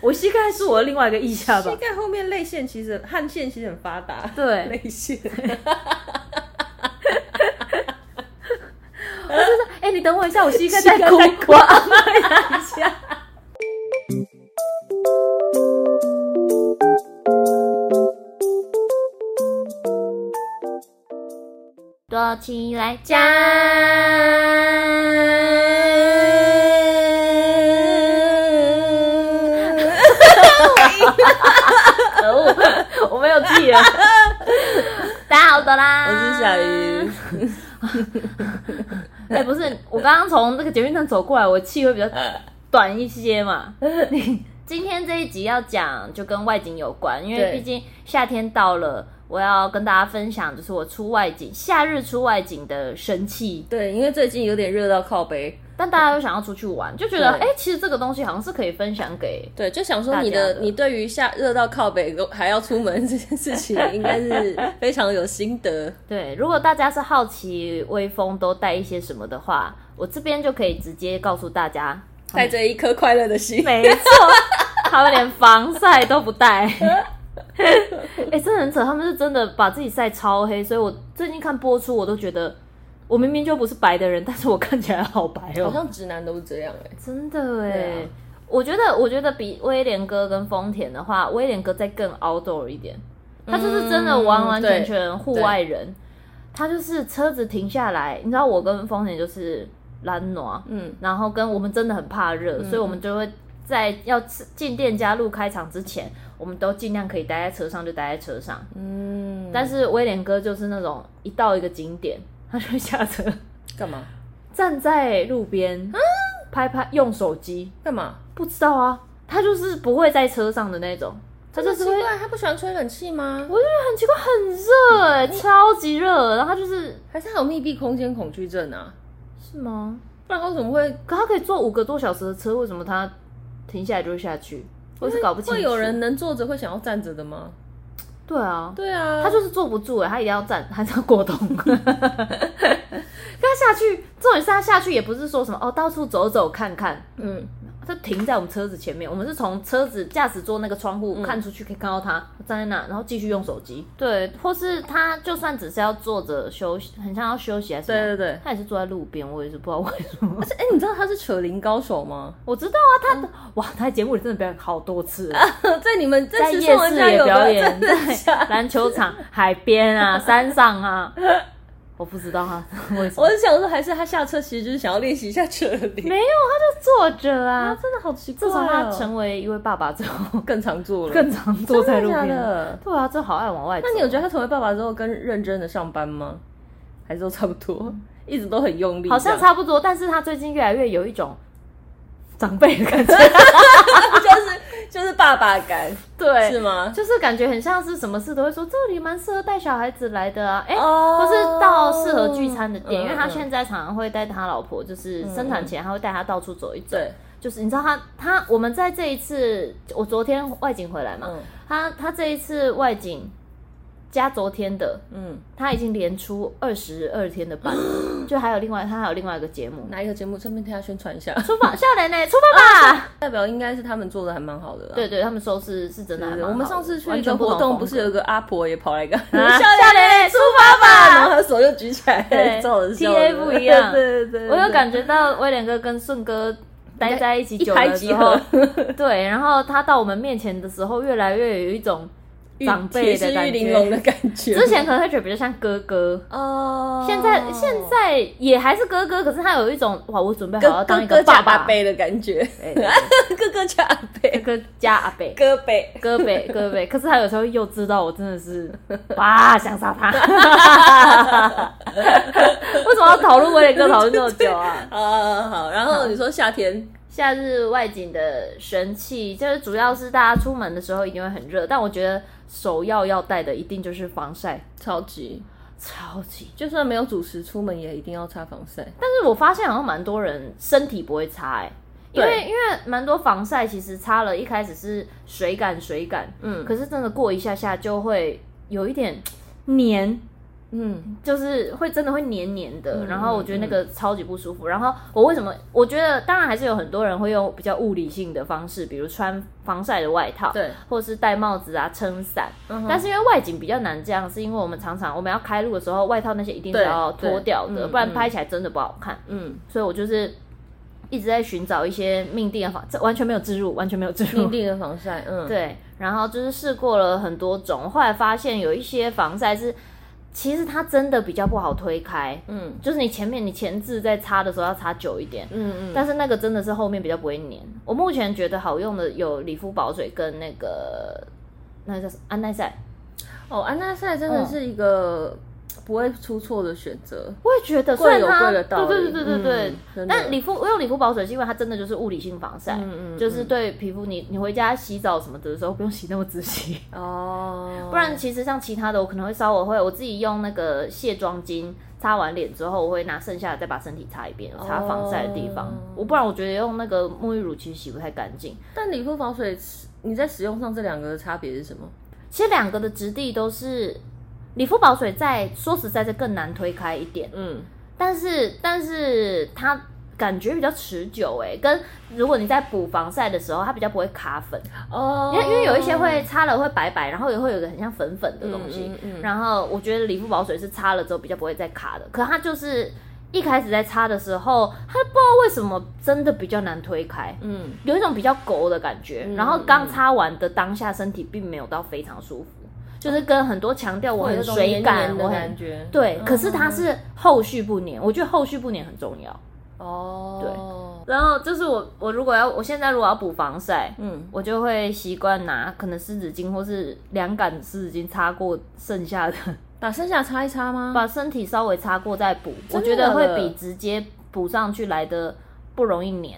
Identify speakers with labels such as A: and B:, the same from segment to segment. A: 我膝盖是我的另外一个腋下吧
B: 膝。盖后面泪腺其实汗腺其实很发达，
A: 对
B: 泪腺。
A: 我就说，哎、你等我一下，我膝盖
B: 膝盖
A: 在
B: 在
A: 哭，
B: 哭
A: 我按摩一下。躲起来讲。可恶，我没有记了。大家好，朵拉，
B: 我是小 鱼，
A: 哎、不是，我刚刚从那个捷运站走过来，我气会比较
B: 呃
A: 短一些 嘛。今天这一集要讲就跟外景有关，因为
B: 对
A: 毕竟夏天到了，我要跟大家分享就是我出外景，夏日出外景的神器。
B: 对，因为最近有点热到靠背，
A: 但大家都想要出去玩，就觉得哎、
B: 对
A: 其实这个东西好像是可以分享给
B: 对，就想说你
A: 大
B: 的
A: 家的
B: 你对于下热到靠北都还要出门这件事情，应该 是非常有心得。
A: 对。如果大家是好奇微风都带一些什么的话，我这边就可以直接告诉大家，
B: 带着一颗快乐的心，
A: 没错，他们连防晒都不 哎带。哎、真的很扯，他们是真的把自己晒超黑，所以我最近看播出，我都觉得我明明就不是白的人，但是我看起来好白
B: 好
A: 哦，
B: 像直男都是这样哎、
A: 真的哎、
B: 对啊
A: 我觉得，我觉得比威廉哥跟丰田的话，威廉哥再更 outdoor 一点，他就是真的完完全全户外人，他就是车子停下来，你知道我跟丰田就是懒啊暖，
B: 嗯，
A: 然后跟我们真的很怕热，所以我们就会在要吃进店家路开场之前，我们都尽量可以待在车上就待在车上。
B: 嗯，
A: 但是威廉哥就是那种一到一个景点，他就会下车，
B: 干嘛
A: 站在路边，
B: 啊
A: 拍拍用手机，
B: 干嘛？
A: 不知道啊，他就是不会在车上的那种，他就
B: 这么
A: 是
B: 奇
A: 会。
B: 怪，他不喜欢吹冷气吗？
A: 我就觉得很奇怪，很热
B: 嗯
A: 哎、超级热，然后他就是
B: 还是他有密闭空间恐惧症啊？
A: 是吗？
B: 不然他为什么会？
A: 可他可以坐五个多小时的车，为什么他停下来就会下去？我是搞不清楚。
B: 哎会有人能坐着会想要站着的吗？
A: 对啊，
B: 对啊，
A: 他就是坐不住哎、他一定要站，还是要过冬。 可他下去，重点是他下去也不是说什么哦，到处走走看看，
B: 嗯，
A: 他停在我们车子前面，我们是从车子驾驶座那个窗户、看出去，可以看到他站在那，然后继续用手机。对，或是他就算只是要坐着休息，很像要休息还是什么
B: 对对对
A: 他也是坐在路边，我也是不知道为什么。
B: 而且哎、你知道他是扯铃高手吗？
A: 我知道啊，他的、 哇，他在节目里真的表演好多次了。
B: 在你们
A: 在
B: 在
A: 夜
B: 时
A: 市
B: 尚玩家
A: 也
B: 有
A: 表
B: 的
A: 演，
B: 真的
A: 在篮球场、海边啊、山上啊， 我不知道啊他为什么
B: 我是想说，还是他下车其实就是想要练习一下扯铃。
A: 没有，他就坐着啊。
B: 真的好奇怪、
A: 自
B: 哦，
A: 从他成为一位爸爸之后，
B: 更常做了。
A: 更常坐在路
B: 真的假
A: 边。
B: 的
A: 对啊，这好爱往外走。
B: 那你有觉得他成为爸爸之后跟认真的上班吗？还是都差不多，一直都很用力这样，
A: 好像差不多，但是他最近越来越有一种长辈的感觉，
B: 就是就是爸爸感，
A: 对，
B: 是吗？
A: 就是感觉很像是什么事都会说这里蛮适合带小孩子来的啊，哎、
B: 哦
A: 或是到适合聚餐的店，
B: 嗯
A: 因为他
B: 嗯
A: 现在常常会带他老婆，就是生产前他会带他到处走一走，
B: 对，
A: 就是你知道他他我们在这一次，我昨天外景回来嘛，
B: 嗯
A: 他他这一次外景加昨天的，
B: 嗯，
A: 他已经连出二十二天的班了， 就还有另外他还有另外一个节目。
B: 哪一个节目顺便替他宣传一下？
A: 出发，笑脸呢？出发吧！
B: 代表应该是他们做的还蛮好的啦。
A: 对对，他们收视是真的
B: 对。
A: 还
B: 对
A: 蛮
B: 对
A: 好的。
B: 我们上次去
A: 完
B: 一
A: 全
B: 个活
A: 同
B: 动，
A: 风
B: 不是
A: 格
B: 有个阿婆也跑来跟 笑
A: 啊
B: 脸
A: 笑脸出发
B: 然后
A: 吧！
B: 他手又举起来，
A: 对
B: 照着 笑
A: TA
B: 的
A: 不一样
B: 对对对，对
A: 我有感觉到威廉哥跟顺哥待在一起
B: 一
A: 久
B: 拍
A: 了
B: 即
A: 之后
B: 合，，
A: 对，然后他到我们面前的时候，越来越有一 种长辈的
B: 铁丝
A: 感
B: 玉玲珑
A: 觉。
B: 的感觉。
A: 之前可能会觉得比较像哥哥，
B: 哦，
A: 现在现在也还是哥哥，可是他有一种哇，我准备好要
B: 哥
A: 当
B: 哥
A: 一个
B: 哥加
A: 爸
B: 阿
A: 爸，
B: 贝的感觉，
A: 对对
B: 哥哥加阿
A: 对
B: 贝，
A: 哥哥加阿贝，
B: 哥贝，
A: 哥呗哥呗，可是他有时候又知道我真的是哇想杀他， 为什么要讨论威廉哥讨论这么久啊？
B: 啊，好，然后你说夏天，
A: 夏日外景的神器就是主要是大家出门的时候一定会很热，但我觉得首要要带的一定就是防晒，
B: 超级，
A: 超级。
B: 就算没有主食，出门也一定要擦防晒。
A: 但是我发现好像蛮多人身体不会擦哎、因
B: 对
A: 为因为蛮多防晒其实擦了，一开始是水感水感，
B: 嗯，
A: 可是真的过一下下就会有一点黏，
B: 嗯，
A: 就是会真的会黏黏的，
B: 嗯
A: 然后我觉得那个超级不舒服。然后我为什么？我觉得当然还是有很多人会用比较物理性的方式，比如穿防晒的外套，
B: 对，
A: 或是戴帽子啊、撑伞。
B: 嗯
A: 但是因为外景比较难这样，是因为我们常常我们要开路的时候，外套那些一定是
B: 对
A: 要脱
B: 对
A: 掉的，
B: 嗯
A: 不然
B: 嗯
A: 拍起来真的不好看。
B: 嗯，
A: 所以我就是一直在寻找一些命定的方，这完全没有置入，完全没有置入
B: 一。定的防晒，嗯，，
A: 对，然后就是试过了很多种，后来发现有一些防晒是，其实它真的比较不好推开，
B: 嗯
A: 就是你前面你前置在擦的时候要擦久一点，
B: 嗯嗯，
A: 但是那个真的是后面比较不会粘。我目前觉得好用的有理肤宝水跟那个那个叫什么安耐晒，
B: 哦，安耐晒真
A: 嗯
B: 的是一个不会出错的选择，
A: 我也觉得虽
B: 贵
A: 然
B: 有
A: 它
B: 贵
A: 对
B: 的道理，
A: 对对对对对。
B: 嗯真的
A: 但理肤，我用理肤保水是因为它真的就是物理性防晒，
B: 嗯嗯
A: 就是对皮肤你你回家洗澡什么的时候不用洗那么仔细，
B: 嗯哦，
A: 不然其实像其他的我可能会稍微会我自己用那个卸妆巾擦完脸之后，我会拿剩下的再把身体擦一遍，擦防晒的地方。
B: 哦
A: 我不然我觉得用那个沐浴乳其实洗不太干净。
B: 但理肤防水，你在使用上这两个的差别是什么？
A: 其实两个的质地都是理肤保水在说实在是更难推开一点，
B: 嗯，
A: 但是但是它感觉比较持久哎、跟如果你在补防晒的时候，它比较不会卡粉，
B: 哦，
A: 因为因为有一些会擦了会白白，然后也会有一个很像粉粉的东西。
B: 嗯嗯嗯
A: 然后我觉得理肤宝水是擦了之后比较不会再卡的，可它就是一开始在擦的时候，它不知道为什么真的比较难推开。
B: 嗯，
A: 有一种比较狗的感觉，然后刚擦完的当下，身体并没有到非常舒服，就是跟很多强调我
B: 会有
A: 很
B: 一种
A: 水感，
B: 黏黏的
A: 我
B: 感
A: 很
B: 觉，
A: 对，
B: 嗯
A: 可是它是后续不粘，我觉得后续不粘很重要。
B: 嗯哦，
A: 然后就是我我如果要我现在如果要补防晒，
B: 嗯，
A: 我就会习惯拿可能湿纸巾或是凉感湿纸巾擦过剩下 的，
B: 把剩下擦一擦吗？
A: 把身体稍微擦过再补，我
B: 真的
A: 觉得会比直接补上去来的不容易粘。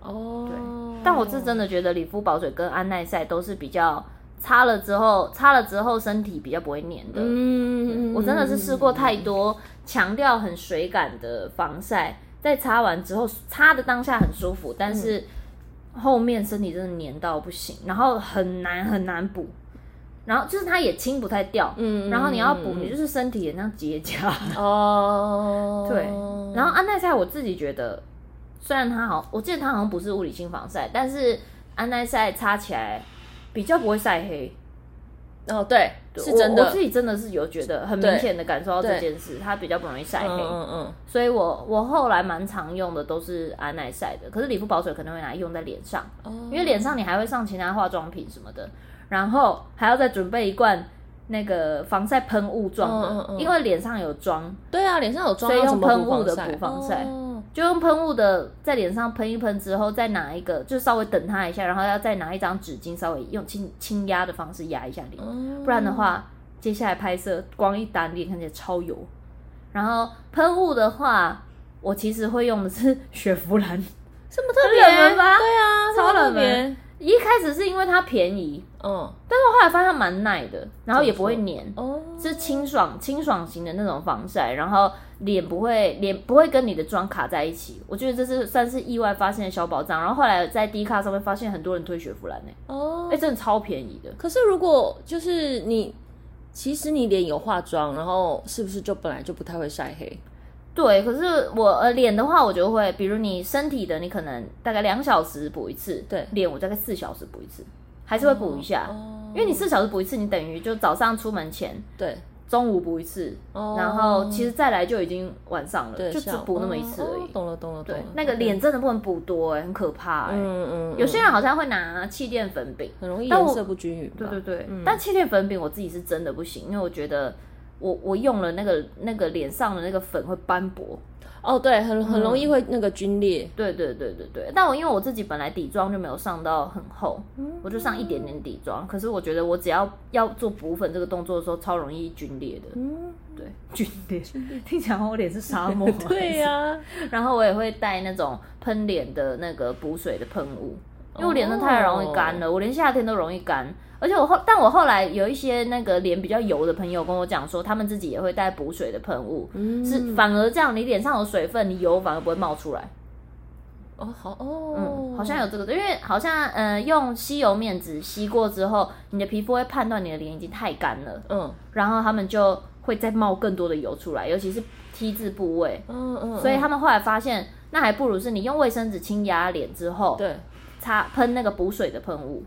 B: 哦，对
A: 但我是真的觉得理肤宝水跟安耐晒都是比较擦了之后，擦了之后身体比较不会粘的。
B: 嗯，
A: 我真的是试过太多强调很水感的防晒，在擦完之后，擦的当下很舒服，
B: 嗯
A: 但是后面身体真的黏到不行，然后很难很难补，然后就是它也清不太掉，
B: 嗯，嗯，
A: 然后你要补，
B: 嗯
A: 你就是身体也那样结痂。
B: 哦，
A: 对，然后安耐晒我自己觉得，虽然它好，我记得它好像不是物理性防晒，但是安耐晒擦起来比较不会晒黑。
B: 哦，对，是
A: 我
B: 真
A: 我
B: 的
A: 自，己真的是有觉得很明显的感受到这
B: 对
A: 件事，它比较不容易晒黑。
B: 嗯嗯嗯，
A: 所以我我后来蛮常用的都是安耐晒的，可是理肤保水可能会拿来用在脸上，
B: 哦，
A: 因为脸上你还会上其他化妆品什么的，然后还要再准备一罐那个防晒喷雾状的，
B: 嗯嗯嗯
A: 因为脸上有妆，
B: 对啊，脸上有妆，
A: 所以
B: 要
A: 用
B: 怎么
A: 喷
B: 补
A: 雾的
B: 晒
A: 补防晒
B: 哦
A: 就用喷雾的在脸上喷一喷之后，再拿一个就稍微等它一下，然后要再拿一张纸巾稍微用轻轻压的方式压一下脸，
B: 嗯
A: 不然的话，接下来拍摄光一打脸看起来超油。然后喷雾的话，我其实会用的是雪佛兰。
B: 这么特别，
A: 很冷门吧
B: 对啊，
A: 超
B: 这么
A: 冷
B: 特别
A: 门，一开始是因为它便宜，
B: 嗯，
A: 但是我后来发现它蛮耐的，然后也不会黏，
B: 哦，
A: 是清爽清爽型的那种防晒，然后脸不会脸不会跟你的妆卡在一起。我觉得这是算是意外发现的小宝藏。然后后来在 D 卡上面发现很多人推雪佛兰呢、
B: 哦
A: 哎、，真的超便宜的。
B: 可是如果就是你，其实你脸有化妆，然后是不是就本来就不太会晒黑？
A: 对，可是我呃脸的话，我就会，比如你身体的，你可能大概两小时补一次，
B: 对
A: 脸我大概四小时补一次，还是会补一下，
B: 哦
A: 因为你四小时补一次，你等于就早上出门前，
B: 对，
A: 中午补一次，
B: 哦
A: 然后其实再来就已经晚上了，
B: 对
A: 就只
B: 像
A: 补那么一次
B: 哦
A: 而
B: 哦
A: 已。
B: 懂了，懂了，懂
A: 对
B: 了。，
A: 那个
B: OK，
A: 脸真的不能补多、欸，很可怕、欸。
B: 嗯嗯，嗯
A: 有些人好像会拿气垫粉饼，
B: 很容易
A: 但我
B: 颜色不均匀吧。
A: 嗯对对对，但气垫粉饼我自己是真的不行，因为我觉得我我用了那个那个脸上的那个粉会斑驳。
B: 哦，对，很很容易会那个皲裂。
A: 对对对对对，但我因为我自己本来底妆就没有上到很厚，我就上一点点底妆。可是我觉得我只要要做补粉这个动作的时候，超容易皲裂的。
B: 嗯，
A: 对，皲裂， 听起来我脸是沙 漠。啊
B: 对呀，
A: 然后我也会带那种喷脸的那个补水的喷雾，因为我脸真的太容易干了，我连夏天都容易干。而且我后，但我后来有一些那个脸比较油的朋友跟我讲说，他们自己也会带补水的喷雾，是反而这样，你脸上有水分，你油反而不会冒出来。
B: 哦，好哦
A: 嗯，，好像有这个，因为好像呃用吸油面纸吸过之后，你的皮肤会判断你的脸已经太干了，
B: 嗯，
A: 然后他们就会再冒更多的油出来，尤其是 T 字部位。
B: 嗯嗯，
A: 所以他们后来发现，那还不如是你用卫生纸轻压脸之后，
B: 对，
A: 擦喷那个补水的喷雾，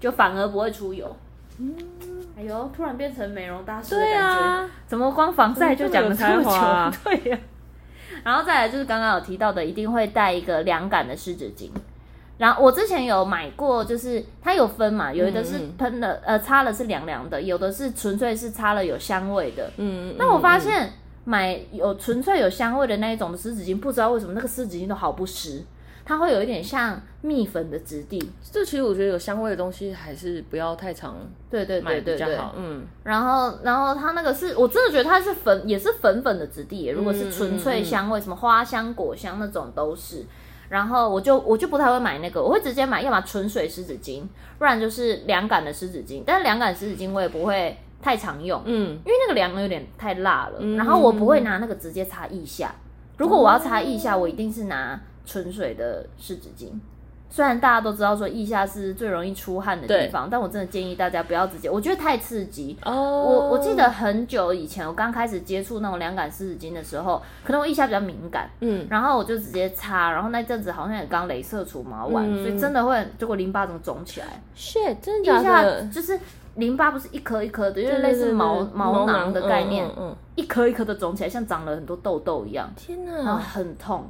A: 就反而不会出油。嗯，哎呦，突然变成美容大师的感
B: 对
A: 觉，
B: 啊，
A: 怎么光防晒就讲了这么
B: 这么有才华
A: 久
B: 啊？
A: 对呀、然后再来就是刚刚有提到的，一定会带一个凉感的湿纸巾。然后我之前有买过，就是它有分嘛，有的是
B: 嗯嗯
A: 喷的，呃，擦了是凉凉的，有的是纯粹是擦了有香味的。
B: 嗯，
A: 那我发
B: 嗯
A: 现买有纯粹有香味的那一种的湿纸巾，不知道为什么那个湿纸巾都好不湿，它会有一点像蜜粉的质地。
B: 这其实我觉得有香味的东西还是不要太常
A: 对对
B: 买
A: 对
B: 比
A: 对
B: 较
A: 对。
B: 好。嗯，
A: 然后，然后它那个是我真的觉得它是粉，也是粉粉的质地
B: 嗯
A: 耶。如果是纯粹香味，什么花香、果香那种都是。然后我就我就不太会买那个，我会直接买要么纯水湿纸巾，不然就是凉感的湿纸巾。但是凉感湿纸巾我也不会太常用，
B: 嗯，
A: 因为那个凉有点太辣了，
B: 嗯
A: 然后我不会拿那个直接擦腋下。如果我要擦腋下，我一定是拿纯水的湿纸巾。虽然大家都知道说腋下是最容易出汗的地
B: 对
A: 方，但我真的建议大家不要直接，我觉得太刺激。
B: 哦，
A: 我我记得，很久以前，我刚开始接触那种凉感湿纸巾的时候，可能我腋下比较敏感，
B: 嗯，
A: 然后我就直接擦，然后那阵子好像也刚镭射除毛完，
B: 嗯
A: 所以真的会，结果淋巴怎么肿起来？
B: shit，真的
A: 腋
B: 假
A: 下
B: 的？
A: 就是淋巴不是一颗一颗的，有
B: 对
A: 点
B: 对
A: 类似
B: 对
A: 毛
B: 对
A: 毛囊
B: 囊
A: 的概念，
B: 嗯嗯，嗯
A: 一颗一颗的肿起来，像长了很多痘痘一样，
B: 天
A: 然后
B: 哪，
A: 很痛，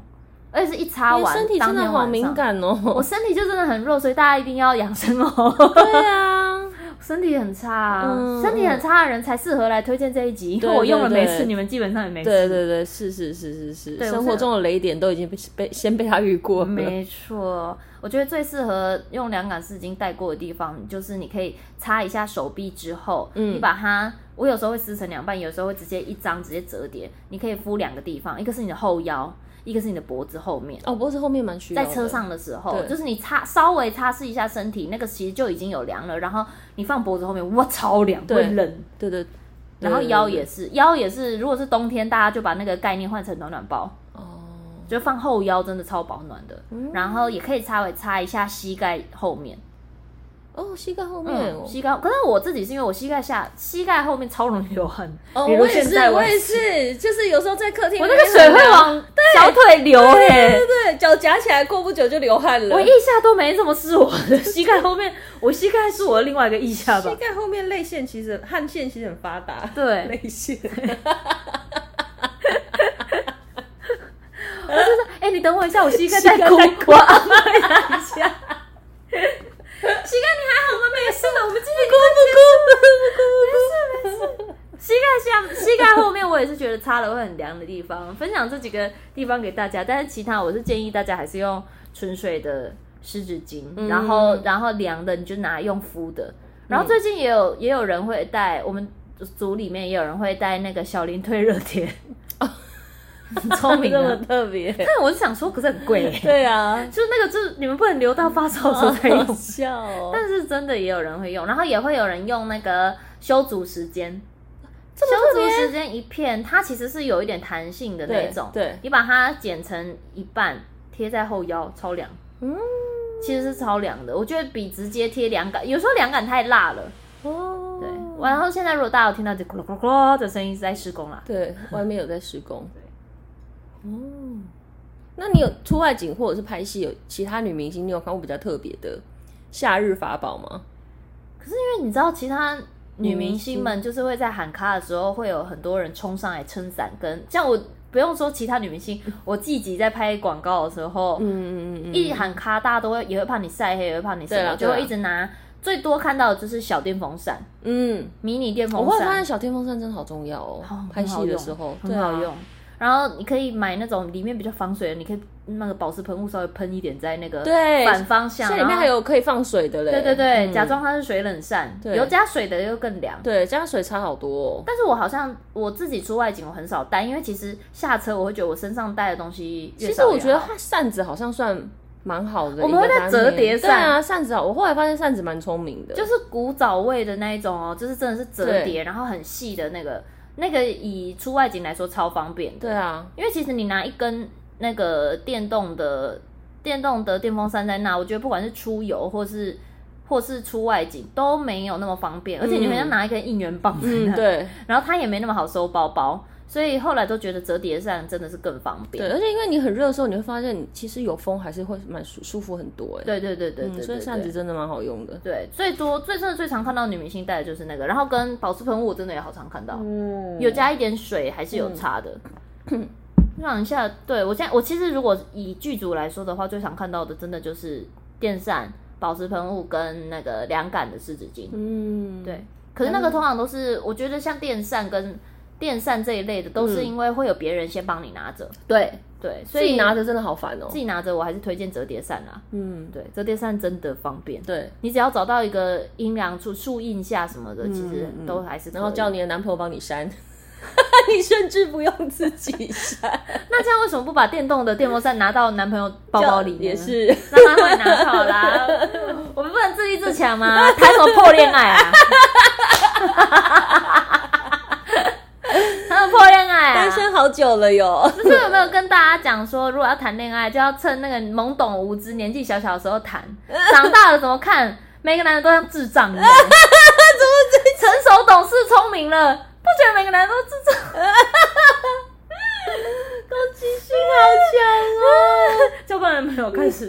A: 而且是一擦
B: 你
A: 完，
B: 嗯身体
A: 哦当
B: 真
A: 天
B: 的好
A: 晚
B: 敏
A: 上。
B: 感
A: 我
B: 哦。
A: 身体就真的很弱，所以大家一定要养生哦。
B: 对啊，
A: 身体很差、啊，
B: 嗯
A: 身体很差的人才适合来推荐这一集，因为
B: 对
A: 我用了
B: 对
A: 没
B: 对
A: 事，你们基本上也没事。
B: 对对对，是是是是是，
A: 对我
B: 生
A: 是
B: 活中的雷点都已经被被先被他遇过了。
A: 没错，我觉得最适合用凉感湿巾带过的地方，就是你可以擦一下手臂之后，
B: 嗯
A: 你把它，我有时候会撕成两半，有时候会直接一张直接折叠，你可以敷两个地方，一个是你的后腰，一个是你的脖子后面。
B: 哦，脖子后面蛮需要
A: 在
B: 的。
A: 车上的时候，
B: 对
A: 就是你擦稍微擦拭一下身体，那个其实就已经有凉了。然后你放脖子后面，哇，超凉，会
B: 对
A: 冷。
B: 对，对对。
A: 然后腰也
B: 是
A: 是，腰也是，如果是冬天，大家就把那个概念换成暖暖包，
B: 哦，
A: 就放后腰，真的超保暖的。
B: 嗯
A: 然后也可以稍微擦一下膝盖后面，
B: 哦，膝盖后面
A: 嗯，
B: 哦，
A: 膝盖。可是我自己是因为我膝盖下，膝盖后面超容易流汗，
B: 哦，
A: 比如
B: 我也
A: 现
B: 是，
A: 在我
B: 我也是，就是有时候在客厅，
A: 我那个水会往小腿流
B: 对
A: 哎、
B: 对对，脚夹起来，过不久就流汗了。
A: 我腋下都没这么湿，我的膝盖后面，我膝盖是我的另外一个腋下吧
B: 膝。盖后面泪腺其实汗腺其实很发达，
A: 对
B: 泪腺。
A: 哎、你等我一下，我膝盖在哭，
B: 膝盖在
A: 我安慰他一下。膝盖你还好吗？没事
B: 啊
A: 的，我们今天哭不哭？不哭不哭，没事没事。膝盖下，膝盖后面我也是觉得擦了会很凉的地方，分享这几个地方给大家。但是其他我是建议大家还是用纯水的湿纸巾，
B: 嗯
A: 然后然后凉的你就拿用敷的。然后最近也有也有人会带我们组里面也有人会带那个小林退热贴，很聪明
B: 这
A: 啊
B: 么！特别。
A: 但我是想说，可是很贵、欸，
B: 对啊，
A: 就是那个，就是你们不能留到发烧的时候才
B: 好
A: 用。
B: 笑哦。
A: 但是真的也有人会用，然后也会有人用那个修足时间，修足时间一片，它其实是有一点弹性的那种，
B: 对对
A: 你把它剪成一半贴在后腰，超凉，
B: 嗯，
A: 其实是超凉的，我觉得比直接贴凉感，有时候凉感太辣了，
B: 哦，
A: 对。然后现在如果大家有听到这咕噜咕噜咕噜的声音是在施工啦，
B: 对，外面有在施工。哦，那你有出外景或者是拍戏，有其他女明星，你有看过比较特别的夏日法宝吗？
A: 因为你知道其他女明星
B: 女
A: 们就是会在喊卡的时候，会有很多人冲上来撑伞，跟像我不用说其他女明 星，我自己在拍广告的时候，
B: 嗯嗯嗯
A: 一喊卡，大家都会也会怕你晒黑，也会怕你什
B: 对
A: 么，
B: 啦
A: 就
B: 对啊
A: 会
B: 啦
A: 一直拿。最多看到的就是小电风扇，
B: 嗯，
A: 迷你电
B: 我
A: 风
B: 后来发
A: 扇
B: 现，小电风扇真的好重要哦，
A: 好
B: 拍戏的时候啊
A: 很好用很好。用。然后你可以买那种里面比较防水的，你可以那个保湿喷雾稍微喷一点在那个
B: 对
A: 反方向，
B: 现在里面
A: 然后
B: 还有可以放水的嘞，
A: 对对对，
B: 嗯
A: 假装它是水冷扇，
B: 对
A: 有加水的又更凉。
B: 对，加水差好多哦。
A: 但是我好像我自己出外景，我很少带，因为其实下车我会觉得我身上带的东西越
B: 其实
A: 少越好
B: 我觉得它扇子好像算蛮好的，
A: 我们会
B: 一个
A: 在
B: 单
A: 折
B: 面
A: 叠
B: 对
A: 扇
B: 啊，扇子好。我后来发现扇子蛮聪明的，
A: 就是古早味的那一种哦，就是真的是折叠，然后很细的那个，那个以出外景来说超方便的，
B: 对啊，
A: 因为其实你拿一根那个电动的电动的电风扇在那，我觉得不管是出游或是。或是出外景都没有那么方便，而且你好像拿一根应援棒在那，
B: 嗯，对
A: 然后它也没那么好收包包，所以后来都觉得折叠扇真的是更方便。
B: 对，而且因为你很热的时候，你会发现你其实有风还是会蛮舒舒服很多哎、欸。
A: 对对对对对
B: 嗯，
A: 对
B: 所以
A: 对
B: 扇子真的蛮好用的。
A: 对最多最真的最常看到女明星戴的就是那个，然后跟保湿喷雾我真的也好常看到，
B: 嗯，
A: 有加一点水还是有差的。嗯让一下，对我现在我其实如果以剧组来说的话，最常看到的真的就是电扇、保湿喷雾跟那个凉感的湿纸巾。
B: 嗯，
A: 对，可是那个通常都是，我觉得像电扇跟电扇这一类的，都是因为会有别人先帮你拿着，
B: 对，
A: 对，所
B: 自己
A: 以
B: 拿着真的好烦哦、
A: 自己拿着，我还是推荐折叠扇啦。
B: 嗯，
A: 对，折叠扇真的方便，
B: 对。
A: 你只要找到一个阴凉处、树荫下什么的，其实
B: 嗯嗯
A: 都还是可以。
B: 然后叫你的男朋友帮你扇， 你甚至不用自 己扇，
A: 那这样为什么不把电动的电风扇拿到男朋友包包里面
B: 也
A: 呢？
B: 是。
A: 让他会拿好 啦。我们不能自立自强吗？谈什么破恋 爱啊？谈什么破恋爱啊？
B: 单身好久了 哟。
A: 不是有没有跟大家讲说，如果要谈恋爱，就要趁那个懵懂无知、年纪小小的时候 谈，长大了怎么看？每个男人都像智障一样， 怎么成熟、懂事、聪明了，不觉得每个男人都智障？ 攻击性好强哦！就跟人朋友开 始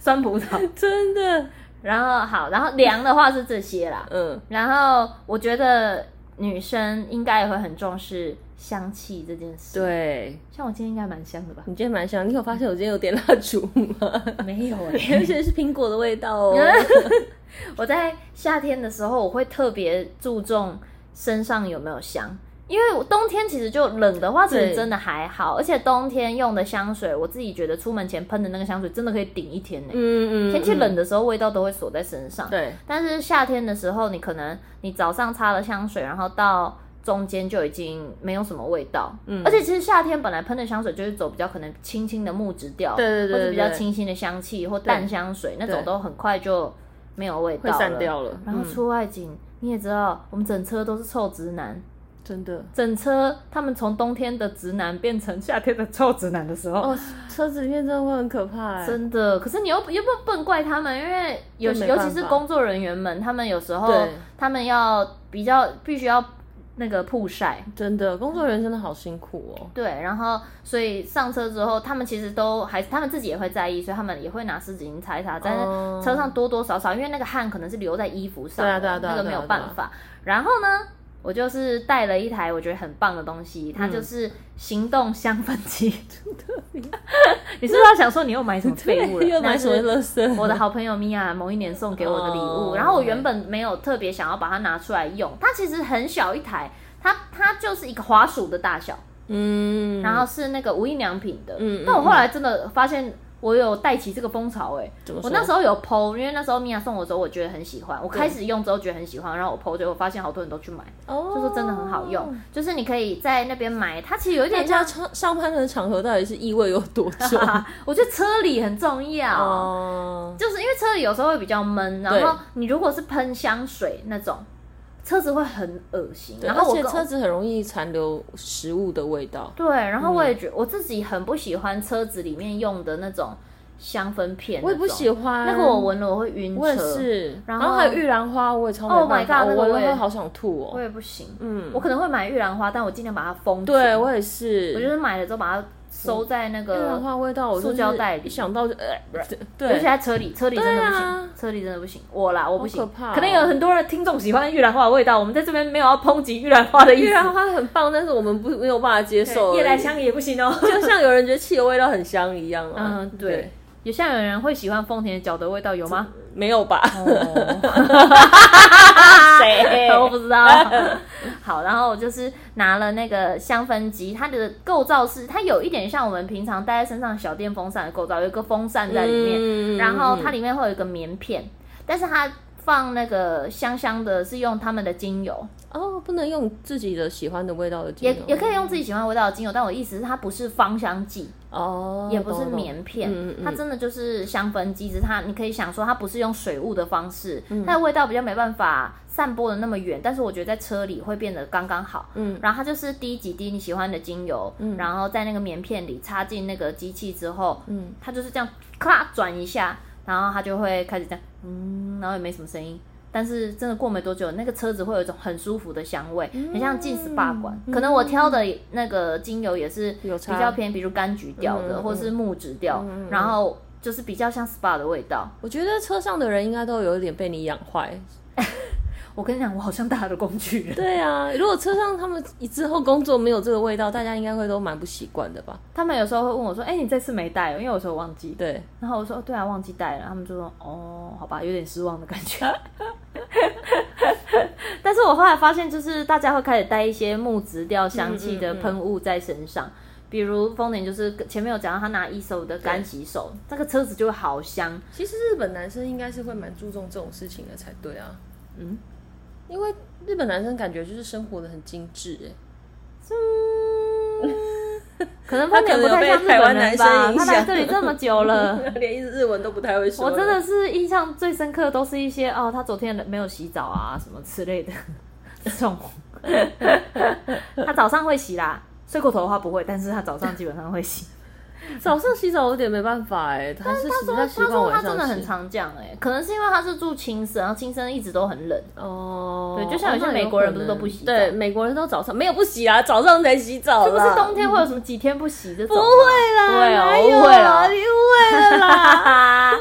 A: 酸葡萄，
B: 真的，
A: 然后好，然后凉的话是这些啦，
B: 嗯，
A: 然后我觉得女生应该也会很重视香气这件事。，
B: 对
A: 像我今天应该蛮香的吧？
B: 你今天蛮香。你有发现我今天有点蜡烛吗？
A: 没有哎、
B: 而且是苹果的味道哦。
A: 我在夏天的时候，我会特别注重身上有没有香，因为我冬天其实就冷的话，其实
B: 对
A: 真的还好，而且冬天用的香水，我自己觉得出门前喷的那个香水真的可以顶一天呢、
B: 嗯嗯，
A: 天气冷
B: 嗯，
A: 的时候，味道都会锁在身上。
B: 对，
A: 但是夏天的时候，你可能你早上擦了香水，然后到中间就已经没有什么味道。
B: 嗯
A: 而且其实夏天本来喷的香水就是走比较可能清新的木质调，
B: 对对对
A: 或者比较
B: 对
A: 清新的香气或淡香水那种
B: 对
A: 都很快就没有味
B: 会
A: 道
B: 散掉了。
A: 然后
B: 嗯
A: 出外景，你也知道，我们整车都是臭直男，
B: 真的
A: 整车他们从冬天的直男变成夏天的臭直男的时候，
B: 哦，车子里面真的会很可怕哎。
A: 真的，可是你又又不不能怪他们，因为有
B: 这没
A: 尤
B: 办法
A: 其是工作人员们，他们有时候
B: 对
A: 他们要比较必须要那个曝晒，
B: 真的，工作人员真的好辛苦哦。
A: 对，然后所以上车之后，他们其实都还他们自己也会在意，所以他们也会拿湿纸巾擦一擦，但
B: 哦
A: 是车上多多少少，因为那个汗可能是留在衣服上
B: 对
A: 的，
B: 啊对啊对啊
A: 那个
B: 对
A: 没有
B: 啊对啊
A: 办法。然后呢，我就是带了一台我觉得很棒的东西，
B: 嗯
A: 它就是行动香氛机。 你是不是要想说你又买什么废物了？
B: 又买什么
A: 那是
B: 垃 圾？
A: 我的好朋友米娅某一年送给我的礼物，
B: 哦
A: 然后我原本没有特别想要把它拿出来用，它其实很小一台，它它就是一个滑鼠的大小，
B: 嗯，
A: 然后是那个无印良品的，
B: 嗯嗯
A: 但我后来真的发现。我有带起这个风潮哎、
B: 怎么
A: 我
B: 说
A: 那时候有 PO，因为那时候米娅送我的时候，我觉得很喜欢，我开始用之后觉得很喜欢，然后我 PO 结果发现好多人都去买，
B: 哦，
A: 就说真的很好用，。就是你可以在那边买，它其实有一
B: 大
A: 点像
B: 家上上班的场合到底是意味有 多重？
A: 我觉得车里很重要，
B: 哦，
A: 就是因为车里有时候会比较闷，然后你如果是喷香水那种，车子会很恶心。
B: 对
A: 然
B: 而
A: 后我
B: 且
A: 跟
B: 车子很容易残留食物的味道。
A: 对，然
B: 嗯
A: 后我也觉我自己很不喜欢车子里面用的那种香氛片那种，
B: 我也不喜欢
A: 那个，我闻了我会晕车，
B: 我也，是。
A: 然
B: 然
A: 后
B: 后还哦有玉兰花，我也超没
A: Oh my
B: 办法，
A: god，那
B: 我
A: 个
B: 闻了
A: 我也
B: 会好想吐
A: 我
B: 哦。
A: 也不行。
B: 嗯，
A: 我可能会买玉兰花，但我尽量把它封住。
B: 对我也。
A: 我就是是买了之后把它收在那
B: 玉
A: 个
B: 兰，花味道，我就是
A: 塑胶袋里
B: 一想到就呃，
A: 尤其
B: 对，
A: 在车里，车里真的不行，
B: 对啊
A: 车里真的不行。我啦，我不行，
B: 好可怕哦
A: 能有很多人听众喜欢玉兰花的味道，我们在这边没有要抨击玉兰花的意思。
B: 玉兰花很棒，但是我们不没有办法接受而已。
A: 夜来香也不行哦。
B: 就像有人觉得气的味道很香一样啊。
A: 嗯， 对，，有像有人会喜欢丰田脚的味道，有吗？
B: 没有吧？
A: 哦
B: 谁
A: 我不知道。好，然后我就是拿了那个香氛机，它的构造是它有一点像我们平常戴在身上小电风扇的构造，有一个风扇在里面，
B: 嗯
A: 然后它
B: 嗯
A: 里面会有一个棉片，但是它放那个香香的，是用他们的精油，
B: 哦，不能用自己的喜欢的味道的精
A: 也
B: 油，
A: 也可以用自己喜欢的味道的精油，但我意思是它不是芳香剂，
B: 哦，
A: 也不是
B: 懂懂
A: 棉片，
B: 嗯嗯嗯
A: 它真的就是香氛机，只是它你可以想说它不是用水雾的方式，
B: 嗯
A: 它的味道比较没办法散播的那么远，但是我觉得在车里会变得刚刚好。
B: 嗯
A: 然后它就是滴几滴你喜欢的精油，然后在那个棉片里插进那个机器之后，
B: 嗯
A: 它就是这样咔转一下。然后他就会开始这样，嗯，然后也没什么声音。但是真的过没多久，那个车子会有一种很舒服的香味，
B: 嗯
A: 很像进 SPA 馆。可能我挑的那个精油也是比
B: 有差
A: 较偏，比如柑橘调的，
B: 嗯
A: 或是木质调，然后就是比较像 SPA 的味道。
B: 我觉得车上的人应该都有一点被你养坏。
A: 我跟你讲，我好像大家的工具人，
B: 对啊，如果车上他们之后工作没有这个味道，大家应该会都蛮不习惯的吧？
A: 他们有时候会问我说：“哎、你这次没带哦？”因为有时候忘记。
B: 对，
A: 然后我说：“哦对啊，忘记带了。”他们就说：“哦，好吧，有点失望的感觉。” 但是我后来发现，就是大家会开始带一些木质调香气的喷雾在身上，比如丰田就是前面有讲到他拿一手的干洗手，这个车子就会好香。
B: 其实日本男生应该是会蛮注重这种事情的才对啊。
A: 嗯，
B: 因为日本男生感觉就是生活的很精致、 欸，
A: 可能丰田不太像日本人吧？他来这里这么久 了。
B: 连日文都不太会说。
A: 我真的是印象最深刻，都是一些哦，他昨天没有洗澡啊，什么之类的 这种。 他早上会洗啦，睡过头的话不会，但是他早上基本上会洗。
B: 早上洗澡有点没办法哎、他是比较习
A: 他
B: 惯
A: 说
B: 晚
A: 他
B: 上
A: 真的很
B: 洗。
A: 常讲哎、可能是因为他是住青森，然后青森一直都很冷。
B: 哦，
A: 对就像有些
B: 哦那
A: 美国人
B: 可能
A: 不是都不洗澡
B: 对，美国人都早上没有不洗啊，早上才洗澡
A: 是
B: 啦，
A: 不是冬天会有什么几天不洗这种？不
B: 不会啦，
A: 对
B: 哪
A: 哦，
B: 有
A: 误会了
B: 你。误会了啦，
A: 啊，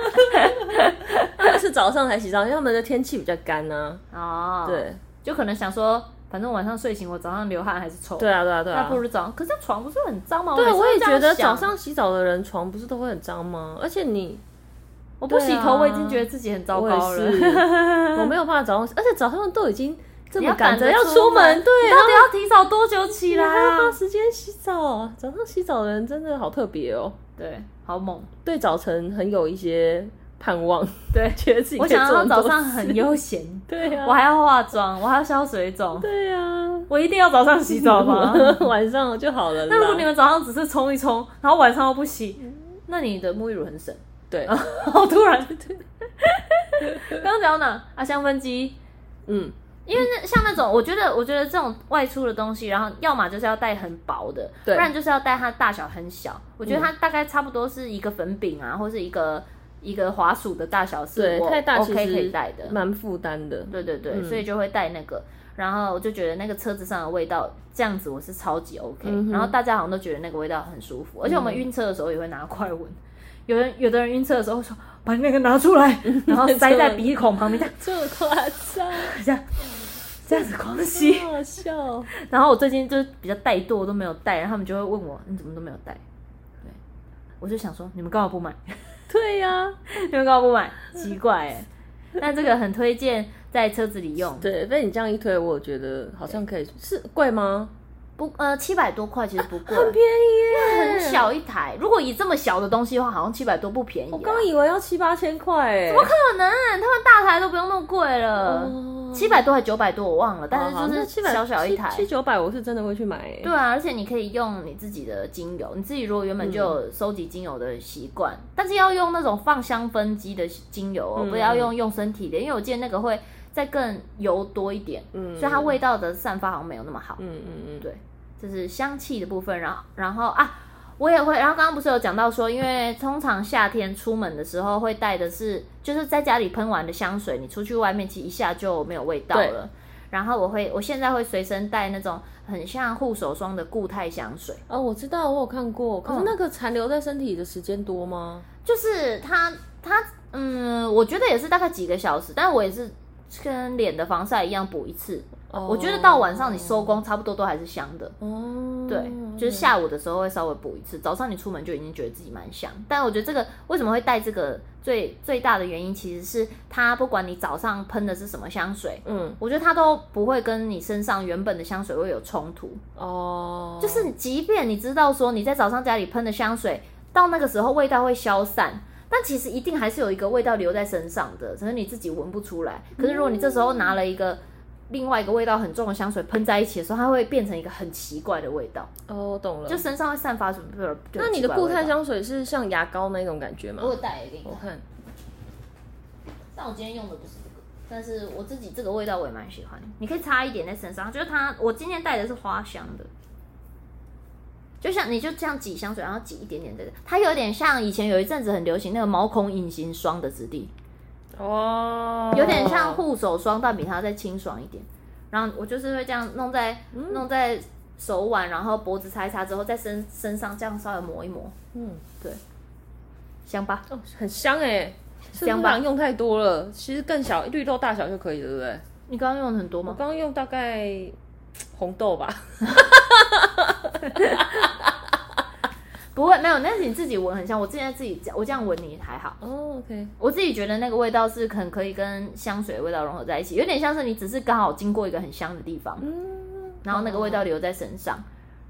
B: 他们是早上才洗澡，因为他们的天气比较干呢、
A: 哦，
B: 啊。，对，
A: 就可能想说，反正晚上睡醒我早上流汗还是臭，
B: 对啊，对啊，对
A: 那
B: 啊。
A: 不如早上。可是床不是很脏吗？
B: 对，啊
A: 每次
B: 我
A: 都
B: 也
A: 这样
B: 觉得
A: 想
B: 早上洗澡的人床不是都会很脏吗？而且你
A: 我不洗头，
B: 对啊
A: 我已经觉得自己很糟
B: 我
A: 糕
B: 也
A: 了。
B: 是，我没有办法早上，而且早上都已经这
A: 你
B: 么
A: 要
B: 赶
A: 赶
B: 着
A: 着
B: 要
A: 出
B: 出门，对，
A: 你
B: 然
A: 到
B: 后
A: 底要提早多久起来
B: 还要
A: 啊
B: 花？时间洗澡，早上洗澡的人真的好特别哦，
A: 对，好猛！
B: 对早晨很有一些盼望，
A: 对，
B: 觉得自己
A: 我
B: 可以
A: 想
B: 做
A: 要
B: 很多
A: 早上
B: 事
A: 很悠闲，
B: 对啊，
A: 我还要化妆，我还要消水肿，
B: 对啊，
A: 我一定要早上洗澡吗？
B: 晚上就好了啦。
A: 那如果你们早上只是冲一冲，然后晚上又不洗，那你的沐浴乳很 省。
B: 对，
A: 好哦突然，刚刚讲到哪？啊，香氛机，
B: 嗯，
A: 因为那像那种，我觉得，我觉得这种外出的东西，然后要么就是要带很薄的，不
B: 对
A: 然就是要带它大小很小。我觉得
B: 嗯
A: 它大概差不多是一个粉饼啊，或是一个一个滑鼠的大小是
B: 对，
A: 我
B: 太大其
A: OK 可以
B: 实
A: 带的，
B: 蛮负担的。
A: 对对对，
B: 嗯
A: 所以就会带那个。然后我就觉得那个车子上的味道，这样子我是超级 OK、
B: 嗯哼嗯
A: 然后大家好像都觉得那个味道很舒服，而且我们晕车的时候也会拿快闻。有人有的人晕车的时候会说把你那个拿出来， 然后塞在鼻孔旁边，这样
B: 这么夸张，
A: 这样这样子狂吸。
B: 好笑。
A: 然后我最近就是比较怠惰，都没有带，然后他们就会问我你怎么都没有带？对，我就想说你们干嘛不买？
B: 对啊呀、
A: 你们干嘛不买？奇怪 哎、但这个很推荐在车子里用，
B: 对，被你这样一推，我觉得好像可以，是贵吗？
A: 不呃七百多块其实不贵，
B: 便宜
A: 很。小一台。如果以这么小的东西的话，好像七百多不便宜、啊。
B: 我刚以为要七八千块、欸，怎么可
A: 可能他们大台都不用那么贵了，
B: 能
A: 七百、多还九百多我忘了，但是就是小小一台。
B: 七九百，700我是真的会去买、欸。
A: 对啊，而且你可以用你自己的精油，你自己如果原本就
B: 嗯
A: 有收集精油的习惯，但是要用那种放香氛机的精油、哦，
B: 嗯
A: 不要用用身体的，因为我见那个会再更油多一点，
B: 嗯
A: 所以它味道的散发好像没有那么好。
B: 嗯嗯嗯，
A: 对，这是香气的部分。然后，然后啊，我也会。然后刚刚不是有讲到说，因为通常夏天出门的时候会带的是，就是在家里喷完的香水，你出去外面其实一下就没有味道了。然后我会，我现在会随身带那种很像护手霜的固态香水，
B: 哦，我知道，我有看过。可是
A: 嗯
B: 那个残留在身体的时间多吗？
A: 就是它它嗯，我觉得也是大概几个小时，但我也是跟脸的防晒一样补一次。
B: 哦
A: 我觉得到晚上你收工差不多都还是香的。
B: 哦，
A: 对，就是下午的时候会稍微补一次，早上你出门就已经觉得自己蛮香。但我觉得这个为什么会带这个最最大的原因，其实是它不管你早上喷的是什么香水，
B: 嗯
A: 我觉得它都不会跟你身上原本的香水会有冲突。
B: 哦，
A: 嗯就是你即便你知道说你在早上家里喷的香水，到那个时候味道会消散。但其实一定还是有一个味道留在身上的，只是你自己闻不出来。可是如果你这时候拿了一个另外一个味道很重的香水喷在一起的时候，它会变成一个很奇怪的味道。
B: 哦，我懂了。
A: 就身上会散发什么不不
B: 那你的固态，
A: 不
B: 香水是像牙膏那种感觉吗
A: 不？我有带给你
B: 我
A: 看。
B: 看，
A: 但我今天用的不是这个，但是我自己这个味道我也蛮喜欢的。你可以擦一点在身上，就是它，我今天带的是花香的，就像你就这样挤香水，然后挤一点点的，它有点像以前有一阵子很流行那个毛孔隐形霜的质地，
B: 哦，
A: 有点像护手霜，但比它再清爽一点。然后我就是会这样弄在、弄在手腕，然后脖子擦一擦之后，在身身上这样稍微抹一抹，
B: 嗯，
A: 香吧？
B: 哦，很香哎、是不
A: 香
B: 是
A: 吧
B: 把它用太多了？其实更小，绿豆大小就可以了，对不对？
A: 你刚刚用了很多
B: 我
A: 吗？
B: 刚刚用大概红豆吧，
A: 不会，没有，那是你自己闻很香。我之前自己我这样闻你还好，
B: 哦，OK，
A: 我自己觉得那个味道是很可以跟香水的味道融合在一起，有点像是你只是刚好经过一个很香的地方，
B: 嗯，
A: 然后那个味道留在身上。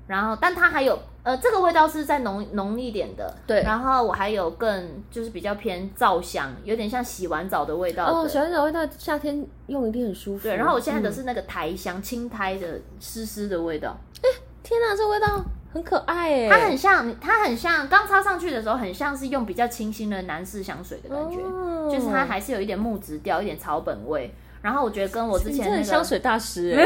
A: 然后，但它还有，呃，这个味道是再浓浓一点的，
B: 对
A: 然后我还有更就是比较偏皂香，有点像洗完澡的味道的。
B: 哦，小烟草味道夏天用一定很舒服。
A: 对，然后我现在的
B: 嗯
A: 是那个苔香，青苔的湿湿的味道，
B: 天哪、这味道很可爱哎，
A: 它很像，它很像刚擦上去的时候，很像是用比较清新的男士香水的感觉，
B: 哦
A: 就是它还是有一点木质调，一点草本味。然后我觉得跟我之
B: 你
A: 前
B: 真
A: 那
B: 的很香
A: 个，
B: 水大师哎，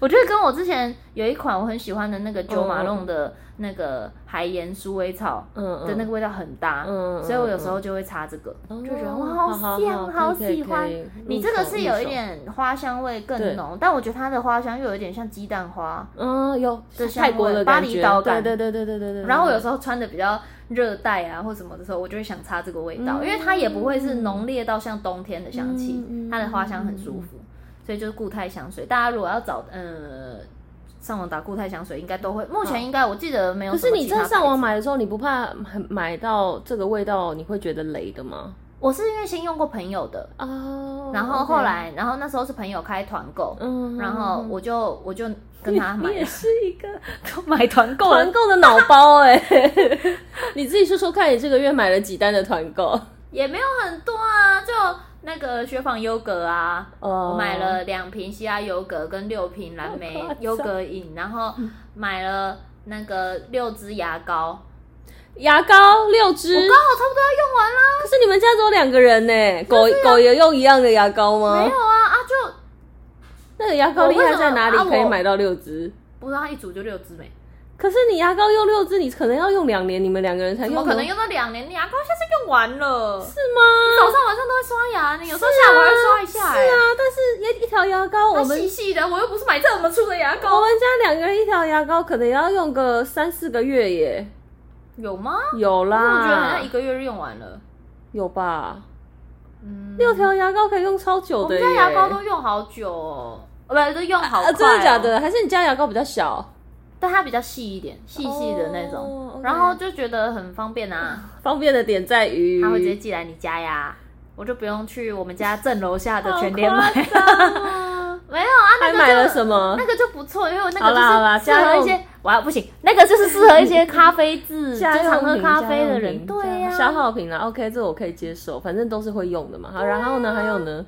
A: 我觉得跟我之前有一款我很喜欢的那个九马
B: 嗯嗯
A: 弄的那个海盐鼠尾草
B: 嗯
A: 的那个味道很搭，
B: 嗯嗯
A: 所以我有时候就会擦这个，
B: 哦
A: 就觉得
B: 好
A: 哇，
B: 好
A: 好香，
B: 好
A: 好
B: 可以
A: 喜
B: 可
A: 欢
B: 以入手。
A: 你这个是有一
B: 入手
A: 点花香味
B: 对
A: 更浓，但我觉得它的花香又有一点像鸡蛋花，
B: 嗯有
A: 这香
B: 泰国的
A: 味巴
B: 感
A: 厘
B: 觉，
A: 岛
B: 对
A: 感
B: 对对对对对对。
A: 然后我有
B: 候
A: 时候穿的比较热带啊或什么的时候，我就会想擦这个味道，
B: 嗯
A: 因为它也不会是浓烈到像冬天的香气，
B: 嗯嗯
A: 它的花香很舒服，所以就是固态香水。大家如果要找呃上网打固态香水，应该都会。目前应该我记得没有
B: 可
A: 什
B: 是
A: 么
B: 你
A: 其他牌子。
B: 在上网买的时候，你不怕很买到这个味道，你会觉得雷的吗？
A: 我是因为先用过朋友的，
B: 哦，
A: 然后后来然后那时候是朋友开团购，
B: 嗯
A: 然后我就我就跟他买
B: 你也
A: 了，
B: 是一个
A: 买团购
B: 团购的脑包哎、你自己说说看，你这个月买了几单的团购？
A: 也没有很多啊，就那个雪纺优格啊，
B: 哦
A: 我买了两瓶西拉优格跟六瓶蓝莓
B: 好夸张
A: 优格饮，然后买了那个六支牙膏，
B: 牙膏六支，
A: 刚好差不多要用完啦。
B: 可是你们家只有两个人呢、狗狗也用一样的牙膏
A: 没
B: 吗
A: 有？啊啊，就
B: 那个牙膏厉害在哪里？
A: 我为什么
B: 可以
A: 啊我
B: 买到六支？
A: 不知道它一组就六支没，
B: 可是你牙膏用六支，你可能要用两年，你们两个人才
A: 怎
B: 用
A: 么
B: 完，
A: 可能用到两年？牙膏现在用完了，
B: 是吗？
A: 早上晚上都会刷牙，你有时候下午还会刷一下、
B: 是
A: 欸。
B: 啊，但是一一条牙膏，我
A: 它
B: 们
A: 细细的，我又不是买这么粗的牙
B: 我
A: 膏，
B: 们家两个人一条牙膏，可能要用个三四个月耶。
A: 有吗？
B: 有
A: 我觉得好
B: 啦
A: 像一，个月就用完了。
B: 有吧？
A: 嗯，
B: 六条牙膏可以用超久
A: 我
B: 的
A: 们
B: 耶。
A: 家牙膏都用好久哦，呃不，都用好快、
B: 啊，
A: 哦
B: 真的假？的？还是你家牙膏比较小，
A: 但它比较细一点，细细的那种
B: 哦，OK
A: 然后就觉得很方便啊，
B: 方便的点在于
A: 它会直接寄来你家呀，我就不用去我们家正楼下的
B: 好
A: 全联
B: 夸
A: 买。
B: 张哦
A: 没有啊，那
B: 还
A: 个就
B: 买了什么
A: 那？个就不错，因为我那
B: 好啦好啦
A: 个就是适
B: 家
A: 合
B: 用
A: 一些，哇，不行，那个就是适合一些咖啡 渍，经
B: 家用
A: 常喝
B: 品
A: 咖啡的
B: 家用
A: 人，
B: 品
A: 对
B: 家
A: 呀、
B: 用消耗品啦，OK，这我可以接受，反正都是会用的嘛。好，然后呢，还有
A: 啊
B: 呢，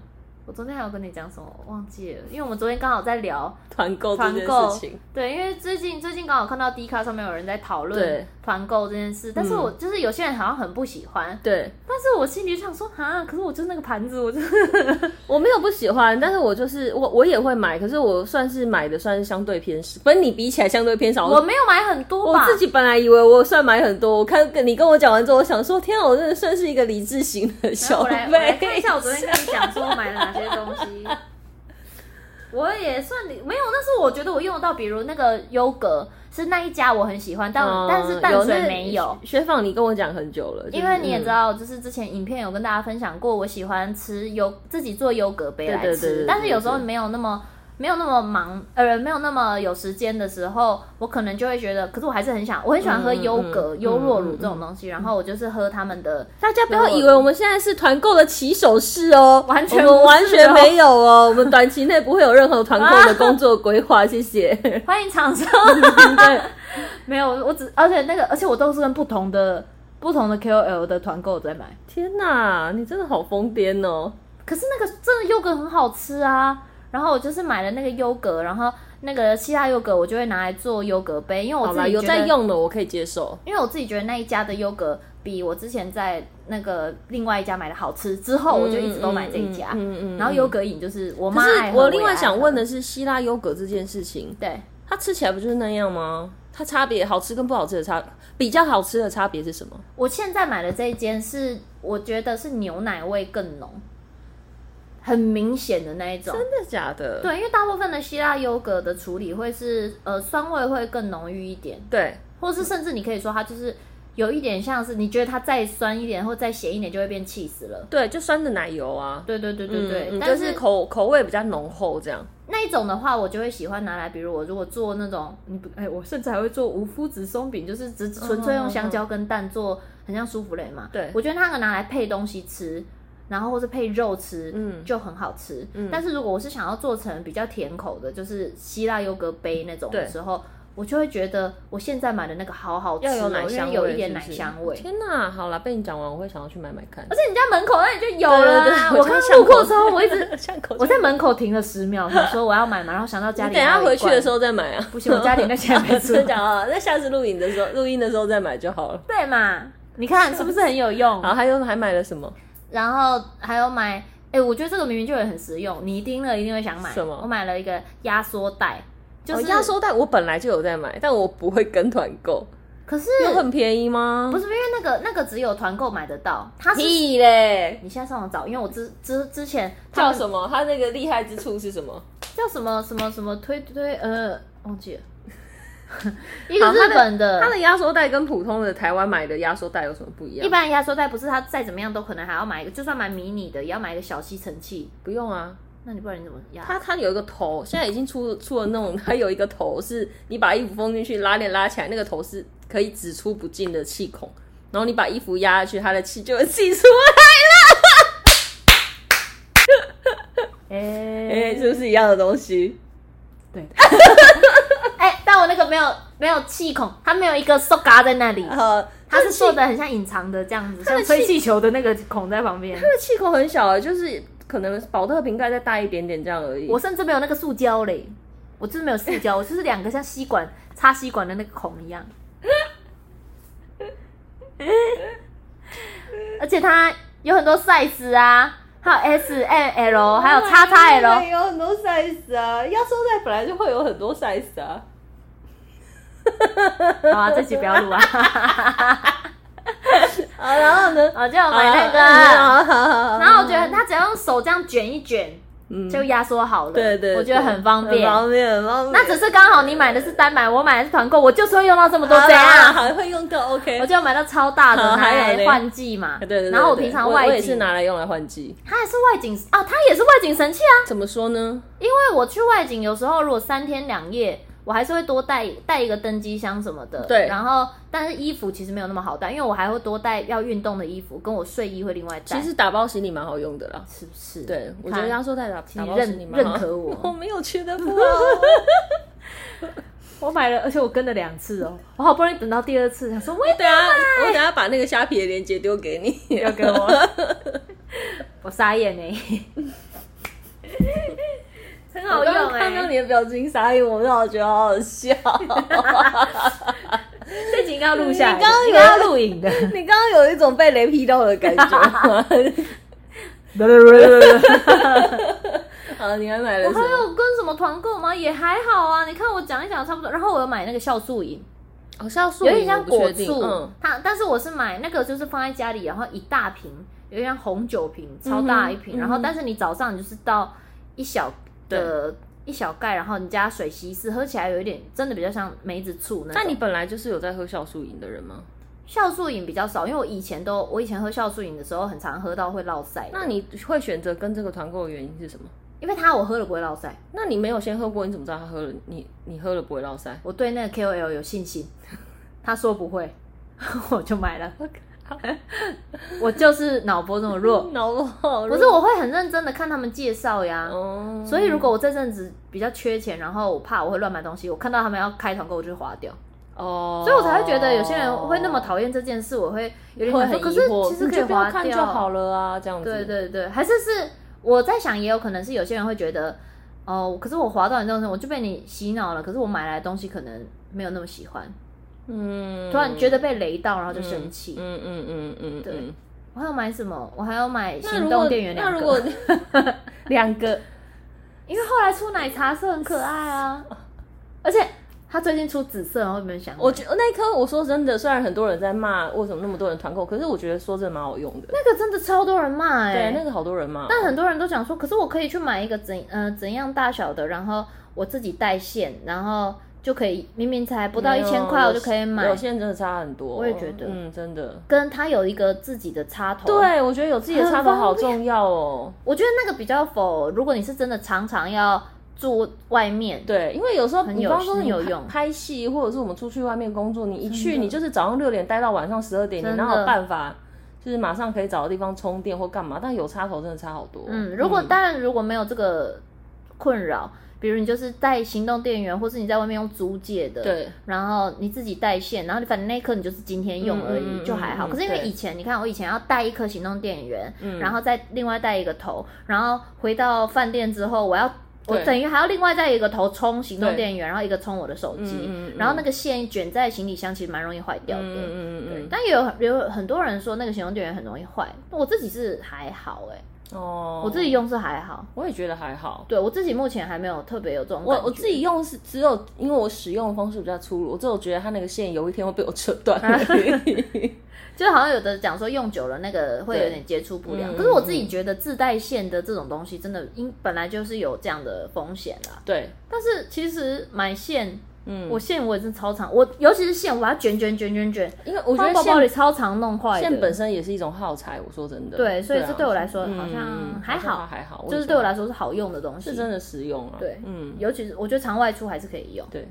A: 我昨天还有跟你讲什么，我忘记了，因为我们昨天刚好在聊
B: 团购这
A: 团
B: 件
A: 购
B: 事情，
A: 对，因为最近最近刚好看到 D 卡上面有人在讨
B: 对
A: 论团购这件事，但是
B: 嗯
A: 我、就是有些人好像很不喜欢，
B: 对
A: 但是我心里就想说，哈，可是我就是那个盘子，我就是
B: 我没有不喜欢，但是我就是我我也会买，可是我算是买的算是相对偏少，跟你比起来相对偏少。
A: 我没有买很多
B: 哦我
A: 吧，
B: 自己本来以为我算买很多，我看跟你跟我讲完之后，我想说，天啊，我真的算是一个理智型的
A: 然后
B: 小
A: 我来我来
B: 妹。
A: 看一 下，我昨天跟你讲说我买了哪些东西。我也算没有，那是我觉得我用得到，比如那个优格是那一家我很喜欢，但、
B: 嗯
A: 但是淡水没有。。
B: 哦那雪纺，你跟我讲很久了，就是
A: 因为你也知，道，就是之前影片有跟大家分享过，我喜欢吃优自己做优格杯来
B: 对
A: 吃，
B: 对对对对
A: 但是有时候没有那么没有那么忙，呃，没有那么有时间的时候，我可能就会觉得，可是我还是很想，我很喜欢喝优格、
B: 嗯嗯
A: 优酪乳这种东西，然后我就是喝他们的，
B: 大家不要以为我们现在是团购的起手式哦，
A: 完全
B: 我们完
A: 不是哦
B: 全没有哦，我们短期内不会有任何团购的工作规划，谢谢。
A: 欢迎厂商，
B: 对，
A: 没有，我只而且那个，而且我都是跟不同的不同的 KOL 的团购在买，
B: 天哪，你真的好疯癫哦！
A: 可是那个真的优格很好吃啊。然后我就是买了那个优格，然后那个希腊优格我就会拿来做优格杯，因为我
B: 好
A: 自
B: 啦，
A: 己
B: 有
A: 觉
B: 在
A: 得
B: 用的我可以接受。
A: 因为我自己觉得那一家的优格比我之前在那个另外一家买的好吃，之后我就一直都买这一家。
B: 嗯嗯嗯嗯嗯
A: 然后优格饮就是我
B: 可
A: 妈
B: 是
A: 爱喝
B: 我另外想问
A: 的，
B: 的是，希腊优格这件事情，
A: 对，
B: 它吃起来不就是那样吗？它差别好吃跟不好吃的差，比较好吃的差别是什么？
A: 我现在买的这一间是，我觉得是牛奶味更浓，很明显的那一种。
B: 真的假的？
A: 对，因为大部分的希腊优格的处理会是，呃，酸味会更浓郁一点，
B: 对
A: 或是甚至你可以说它就是有一点像是你觉得它再酸一点或再咸一点就会变气死了。
B: 对，就酸的奶油啊，
A: 对对对对对，
B: 嗯嗯
A: 但
B: 就是口口味比较浓厚这样。
A: 那一种的话，我就会喜欢拿来，比如我如果做那种，你不，哎、我甚至还会做无麸质松饼，就是只纯粹用香蕉跟蛋做，很像舒芙蕾嘛。
B: 对
A: 我觉得那个拿来配东西吃，然后或是配肉吃，
B: 嗯
A: 就很好吃。但是如果我是想要做成比较甜口的，就是希腊优格杯那种的
B: 对
A: 时候，我就会觉得我现在买的那个好好吃、哦，
B: 要有奶香
A: 因为
B: 味，
A: 有一点奶
B: 是不是
A: 香味。
B: 天哪，好啦，被你讲完，我会想要去买买看。
A: 而且你家门口那里就有了啊、
B: 对对对
A: 我
B: 我
A: 刚
B: 就想
A: 路过的时候，我一 直
B: 巷口，
A: 我在门口停了十秒，想说我要买嘛，然后想到家里
B: 等一下
A: 还有一
B: 回去的
A: 罐
B: 时候再买啊。
A: 不行，我家里那些还 没出
B: 真。的假的？那下次录影的时候，录音的时候再买就好了。
A: 对嘛？你 看是不是很有用？
B: 好，还有还买了什么？
A: 然后还有买，哎、我觉得这个明明就也很实用，你听了一定会想买。
B: 什么
A: 我买了一个压缩袋，就
B: 哦
A: 是
B: 压缩袋，我本来就有在买，但我不会跟团购，
A: 可是
B: 有很便宜吗？
A: 不是因为那个那个只有团购买得到，它是
B: 屁嘞！
A: 你现在上网找，因为我之之之前
B: 叫
A: 么
B: 什么？它那个厉害之处是什么？
A: 叫什么什么什么推推呃忘 记了，一个
B: 好它
A: 日
B: 的
A: 本的
B: 它的压缩袋跟普通的台湾买的压缩袋有什么不一样？
A: 一般压缩袋不是它再怎么样都可能还要买一个，就算买迷你的也要买一个小吸尘器。
B: 不用啊，
A: 那你不然你怎么压？
B: 它它有一个头，现在已经出出了那种，它有一个头是你把衣服封进去，拉链拉起来，那个头是可以只出不进的气孔，然后你把衣服压下去，它的气就会气出 来。
A: 哎、
B: 哎、是不是一样的东西？
A: 对，哎、但我那个没有没有气孔，它没有一个塑嘎在那里，
B: 呃，
A: 它是做的很像隐藏的这样子，像吹气球的那个孔在旁边。
B: 它的气孔很小、啊就是可能保特瓶盖再大一点点这样而已。
A: 我甚至没有那个塑胶嘞，我就是没有塑胶，我就是两个像吸管插吸管的那个孔一 样。而且它有很多 size 啊，还有 S、M、L，还有
B: 哦
A: 叉叉 L。
B: 有哎很多 size 啊，压缩袋本来就会有很多 size 啊。
A: 好啊，这集不要 录啊。
B: 啊，然后呢？
A: 哦，就有买那个，
B: 好好好。
A: 然后我觉得它只要用手这样卷一卷，
B: 哦嗯
A: 就压缩好了。
B: 对对，
A: 我觉得很方便。
B: 很方便，很方便。
A: 那只是刚好你买的是单买，我买的是团购，我就是会用到这么多
B: 好
A: 这
B: 啦
A: 样。
B: 好会用到 OK
A: 我。就买到超大的，
B: 好
A: 拿
B: 还有
A: 来
B: 嘞
A: 换季嘛。
B: 对对对，
A: 然后我
B: 对
A: 平常
B: 我
A: 外
B: 我也是
A: 景，啊
B: 拿来用来换季。
A: 它也是外景啊，它也是外景神器啊。
B: 怎么说呢？
A: 因为我去外景，有时候如果三天两夜，我还是会多带带一个登机箱什么的。
B: 对
A: 然后但是衣服其实没有那么好带，因为我还会多带要运动的衣服，跟我睡衣会另外带。
B: 其实打包行李蛮好用的啦。
A: 是不是？
B: 对，我觉
A: 看
B: 得压缩袋打打
A: 你
B: 包行李
A: 认
B: 蛮
A: 认
B: 好。
A: 可我，
B: 我没有缺的不好。
A: 我买了，而且我跟了两次哦，我好不容易等到第二次，想说喂，
B: 对 啊，我等下把那个虾皮的链接丢给你。
A: 要给 我，我傻眼哎、很好
B: 我刚
A: 用
B: 刚
A: 哎、
B: 看到你的表情傻眼，我让我觉得好好 笑。
A: 这集应该要录下来的，
B: 你刚刚有
A: 应该要录影的，
B: 你刚刚有一种被雷劈到的感 觉。 好，你还买了
A: 我
B: 什
A: 还
B: 么？
A: 有跟什么团购吗？也还好啊，你看我讲一讲差不多，然后我有买那个酵素饮，
B: 好像
A: 有点像果醋，
B: 嗯，
A: 它但是我是买那个就是放在家里，然后一大瓶，有点像红酒瓶，超大一瓶，
B: 嗯哼
A: 然后但是你早上你就是倒一小的一小盖，然后你加水稀释，喝起来有一点真的比较像梅子醋那种。
B: 那你本来就是有在喝酵素饮的人吗？
A: 酵素饮比较少，因为我以前都我以前喝酵素饮的时候，很常喝到会落腮的，
B: 那你会选择跟这个团购的原因是什么？
A: 因为它我喝了不会落腮，
B: 那你没有先喝过，你怎么知道他喝了？你你喝了不会 落腮？
A: 我对那个 KOL 有信心，他说不会，我就买了。我就是脑波这么弱，
B: 脑好
A: 可是我会很认真的看他们介绍呀。
B: 哦，
A: 所以如果我这阵子比较缺钱，然后我怕我会乱买东西，我看到他们要开团购，我就划掉。
B: 哦，
A: 所以我才会觉得有些人会那么讨厌这件事，我会有点
B: 会
A: 想说
B: 很疑
A: 可是
B: 惑，
A: 其实
B: 你
A: 可以
B: 就不要
A: 划
B: 看
A: 掉
B: 就好了啊，这样子。
A: 对对对，还是是我在想，也有可能是有些人会觉得，哦，可是我滑到你这种东西，我就被你洗脑了。可是我买来的东西可能没有那么喜欢，
B: 嗯，
A: 突然觉得被雷到，然后就生气。
B: 嗯嗯嗯嗯，
A: 对
B: 嗯。
A: 我还要买什么？我还要买
B: 那
A: 行
B: 如果
A: 动电源两
B: 那
A: 个，
B: 如果 两个，
A: 因为后来出奶茶是很可爱啊，而且他最近出紫色，然后有没有想买？
B: 我觉得那一颗，我说真的，虽然很多人在骂为什么那么多人团购，可是我觉得说真的蛮好用的。
A: 那个真的超多人骂哎、
B: 对，那个好多人骂，
A: 但很多人都讲说，可是我可以去买一个怎呃怎样大小的，然后我自己带线，然后就可以明明才不到一千块，
B: 没有
A: 我就可以买
B: 有。些人真的差很多。我
A: 也觉得
B: 嗯，真的。
A: 跟它有一个自己的插头，，
B: 对，我觉得有自己的插头好重要哦。
A: 我觉得那个比较否。如果你是真的常常要住外面，
B: 对，因为有时候，
A: 很
B: 比
A: 有
B: 方说
A: 很
B: 你
A: 有
B: 拍
A: 用
B: 拍戏，或者是我们出去外面工作，你一去
A: 真的
B: 你就是早上六点待到晚上十二点，你
A: 真
B: 哪有
A: 的
B: 办法就是马上可以找个地方充电或干嘛？但有插头真的差好多。
A: 嗯，如果当然如果没有这个困扰，比如你就是带行动电源，或是你在外面用租借的，，
B: 对
A: 然后你自己带线，然后你反正那一颗你就是今天用而已，
B: 嗯嗯嗯
A: 就还好。
B: 嗯嗯
A: 可是因为
B: 对
A: 以前你看，我以前要带一颗行动电源，
B: 嗯
A: 然后再另外带一个头，然后回到饭店之后，我要我
B: 对
A: 等于还要另外带一个头充行动
B: 对
A: 电源，然后一个充我的手机，
B: 嗯嗯嗯
A: 然后那个线卷在行李箱其实蛮容易坏掉的。
B: 嗯嗯
A: 对
B: 嗯嗯
A: 但也有也有很多人说那个行动电源很容易坏，我自己是还好哎、
B: 嗯，哦，
A: 我自己用是还好，
B: 我也觉得还好。
A: 对我自己目前还没有特别有这种
B: 我
A: 感
B: 我
A: 觉
B: 自己用是只有因为我使用的方式比较粗鲁，我只有觉得它那个线有一天会被我扯断而已。
A: 就好像有的讲说用久了那个会有点接触不良，
B: 嗯
A: 可是我自己觉得自带线的这种东西真的因本来就是有这样的风险啦。
B: 对，
A: 但是其实买线，
B: 嗯，
A: 我线我也是超长，我尤其是线我要卷卷卷卷卷，
B: 因为我
A: 我
B: 觉得
A: 包包里
B: 线
A: 超长弄坏的。
B: 线本身也是一种耗材，我说真的。
A: 对，所以这
B: 啊
A: 对我来说
B: 嗯
A: 好像
B: 嗯
A: 还好，
B: 还好，
A: 就是
B: 也觉得
A: 对我来说是好用的东西，
B: 是真的实用啊。
A: 对
B: 嗯，
A: 尤其是我觉得常外出还是可以用，
B: 对。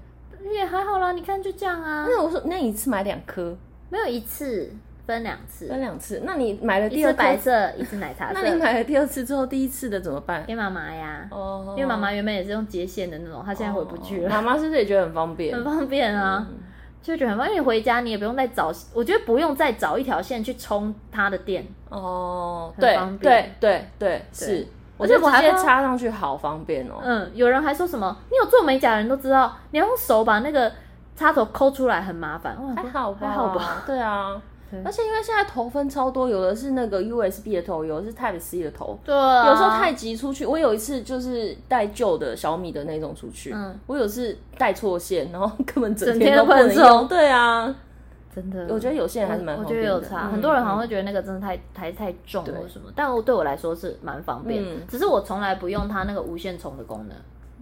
A: 也还好啦。你看就这样啊，
B: 那我说，那你一次买两颗，
A: 没有一次分两次，
B: 分两次，啊那你买了
A: 一
B: 第
A: 次
B: 二
A: 白
B: 颗，
A: 色，一次奶茶色
B: 那。你买了第二次之后，第一次的怎么办？
A: 给妈妈呀，
B: 哦，
A: 因为妈妈原本也是用接线的那种，她现在回不去
B: 哦
A: 了，
B: 妈妈是不是也觉得很方便？
A: 很方便啊，就觉得很方便。因为你回家你也不用再找，我觉得不用再找一条线去充它的电，
B: 哦，
A: 很
B: 对
A: 方
B: 对
A: 便
B: 对对，是。我
A: 而且
B: 觉得
A: 我还
B: 直接
A: 发
B: 插上去好方便哦。
A: 嗯，有人还说什么，你有做美甲的人都知道，你要用手把那个插头抠出来很麻烦。我想
B: 还
A: 说
B: 好吧，
A: 还好吧。？
B: 对啊
A: 哦对，
B: 而且因为现在头分超多，有的是那个 USB 的头，有的是 Type C 的头，
A: 对啊，
B: 有时候太急出去。我有一次就是带旧的小米的那种出去，
A: 嗯
B: 我有次带错线，然后 根本整
A: 整天
B: 都
A: 都
B: 不
A: 不能
B: 能
A: 用
B: 用。对啊，
A: 真的，
B: 我觉得有线还是蛮
A: 我
B: 方
A: 觉
B: 便
A: 得
B: 的。
A: 有差，
B: 嗯
A: 很多人好像会觉得那个真的太太太重或什么，但我对我来说是蛮方便的
B: 嗯
A: 只是我从来不用它那个无线充的功能。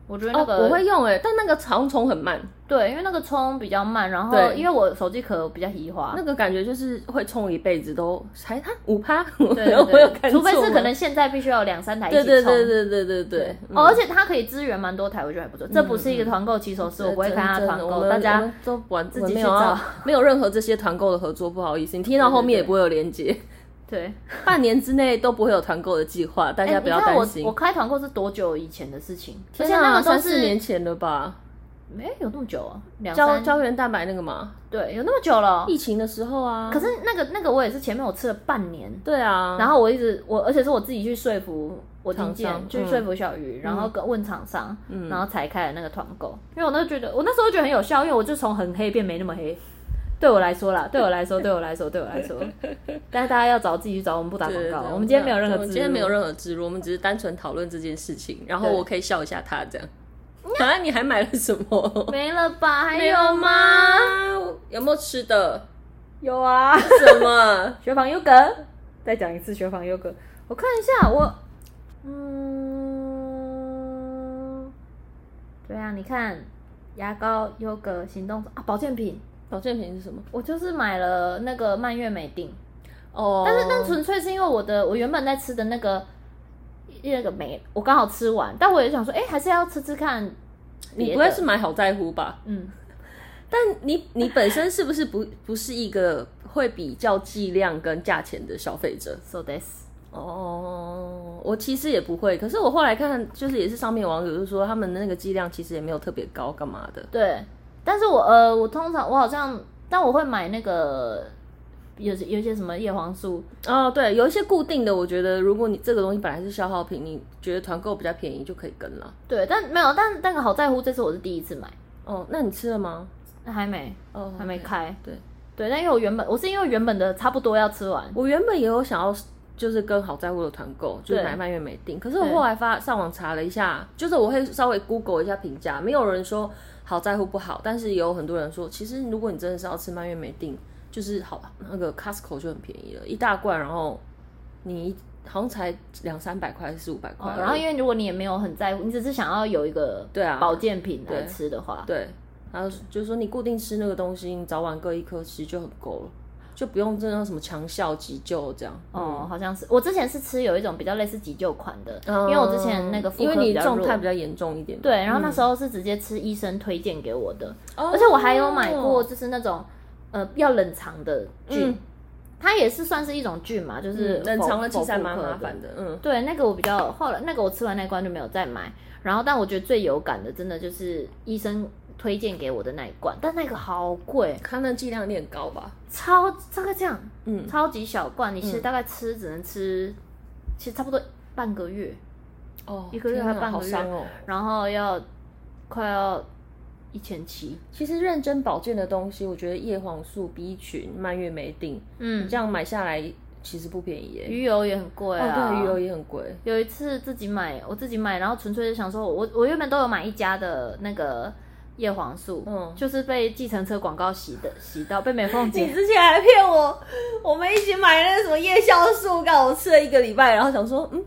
A: 我觉得那
B: 哦
A: 个、，
B: 我会用哎，但那个长充很慢，
A: 对，因为那个充比较慢，然后
B: 对
A: 因为我手机壳比较移滑，
B: 那个感觉就是会充一辈子都才它五趴，我
A: 对
B: 有我有看错吗，
A: 除非是可能现在必须要有两三台一起
B: 对
A: 充。
B: 对对对对对对，嗯
A: 哦，而且它可以支援蛮多台，我觉得还不错。这不是一个团购骑手是我不会
B: 真
A: 看他
B: 嗯真
A: 团
B: 我
A: 购，
B: 们
A: 大
B: 我
A: 家
B: 们都玩
A: 自己去
B: 没有要
A: 找
B: 没有任何这些团购的合作，不好意思，你听到后面也不会有连接，
A: 对。
B: 半年之内都不会有团购的计划，大
A: 哎
B: 家不要
A: 你看
B: 担
A: 我
B: 心
A: 我。开团购是多久以前的事情？而
B: 天
A: 且
B: 啊
A: 那个都
B: 三四
A: 是
B: 年前了吧？
A: 哎、有那么久啊？两
B: 胶
A: 三
B: 胶原蛋白那个嘛，
A: 对，有那么久了。哦
B: 疫情的时候啊。
A: 可是那个那个我也是前面我吃了半年，
B: 对啊，
A: 然后我一直我而且是我自己去说服我经纪人
B: 厂商
A: 去
B: 嗯
A: 说服小鱼，然后跟问厂商，然后才开了那个团购。因为我那时候觉得我那时候觉得很有效，因为我就从很黑变没那么黑。对我来说啦，对我来 说，对我来说，对我来说，但是大家要找自己去找，我们不打
B: 对
A: 广
B: 对对啊
A: 告，我们今天没有任何
B: 我
A: 植
B: 们
A: 入，
B: 今天没有任何植入，我们只是单纯讨论这件事情，然后
A: 对
B: 我可以笑一下他这样。 啊，你还买了什么？
A: 没了吧？还
B: 没
A: 有吗？？
B: 有没有吃 的？
A: 有啊，
B: 什么？
A: 雪纺优格，再讲一次雪纺优格，我看一下我，嗯，对啊，你看牙膏、优格、行动啊，保健品，
B: 保健品是什么？
A: 我就是买了那个蔓越莓定，
B: 哦，
A: 但是但纯粹是因为我的我原本在吃的那个那个莓，我刚好吃完，但我也想说，哎、还是要吃吃看别的，
B: 你不会是买好在乎吧？
A: 嗯，
B: 但你你本身是不是不不是一个会比较剂量跟价钱的消费者？
A: so this，
B: 哦，我其实也不会，可是我后来看，就是也是上面网友就说他们那个剂量其实也没有特别高，干嘛的？
A: 对，但是我呃，我通常我好像，但我会买那个有有一些什么叶黄素。
B: 哦，对，有一些固定的，我觉得如果你这个东西本来是消耗品，你觉得团购比较便宜就可以跟了。
A: 对，但没有，但但好在乎，这次我是第一次买，
B: 哦，那你吃了吗？
A: 还没
B: 哦，
A: 还没。开。
B: 对，
A: 对，但因为我原本我是因为原本的差不多要吃完，
B: 我原本也有想要就是跟好在乎的团购，就是
A: 对
B: 哪一半月没订。可是我后来发上网查了一下，就是我会稍微 Google 一下评价，没有人说好在乎不好，但是也有很多人说，其实如果你真的是要吃蔓越莓订，就是好那个 Costco 就很便宜了，一大罐，然后你好像才两三百块，四五百块而已、
A: 哦然后因为如果你也没有很在乎，你只是想要有一个
B: 对啊
A: 保健品来吃的话，
B: 对，然后就是说你固定吃那个东西，你早晚各一颗，其实就很够了，就不用真的什么强效急救这样。
A: 哦，好像是我之前是吃有一种比较类似急救款的，
B: 嗯，
A: 因为我之前那个妇
B: 哦因为
A: 科比
B: 你
A: 较
B: 状
A: 弱
B: 态。比较严重一点，嗯
A: 对，，然后那时候是直接吃医生推荐给我的，
B: 而
A: 而且我还有买过，就是那种呃要冷藏的菌，
B: 嗯
A: 它也是算是一种菌嘛，就是
B: 冷
A: 否
B: 藏了其实还蛮
A: 否复刻
B: 麻烦的，嗯，
A: 对，那个我比较后来那个我吃完那罐就没有再买。然后，但我觉得最有感的，真的就是医生推荐给我的那一罐，但那个好贵，
B: 它那剂量有点高吧？
A: 超大概这样，
B: 嗯，
A: 超级小罐，你其实大概吃只能吃，其实差不多半个月，
B: 哦，
A: 一个月
B: 天
A: 还
B: 哪
A: 半
B: 好
A: 个月
B: 伤哦。
A: 然后要快要一千七，
B: 其实认真保健的东西，我觉得叶黄素、B 群、蔓越莓定，
A: 嗯
B: 你这，样买下来其实不便宜耶。
A: 鱼油也很贵
B: 哦，
A: 啊，
B: 对，鱼油也很贵。
A: 有一次自己买，我自己买，然后纯粹是想说我，我原本都有买一家的那个叶黄素，
B: 嗯
A: 就是被计程车广告洗的洗到，被美凤 姐，
B: 之前还骗我，我们一起买那个什么夜宵素，刚我吃了一个礼拜，然后想说，嗯，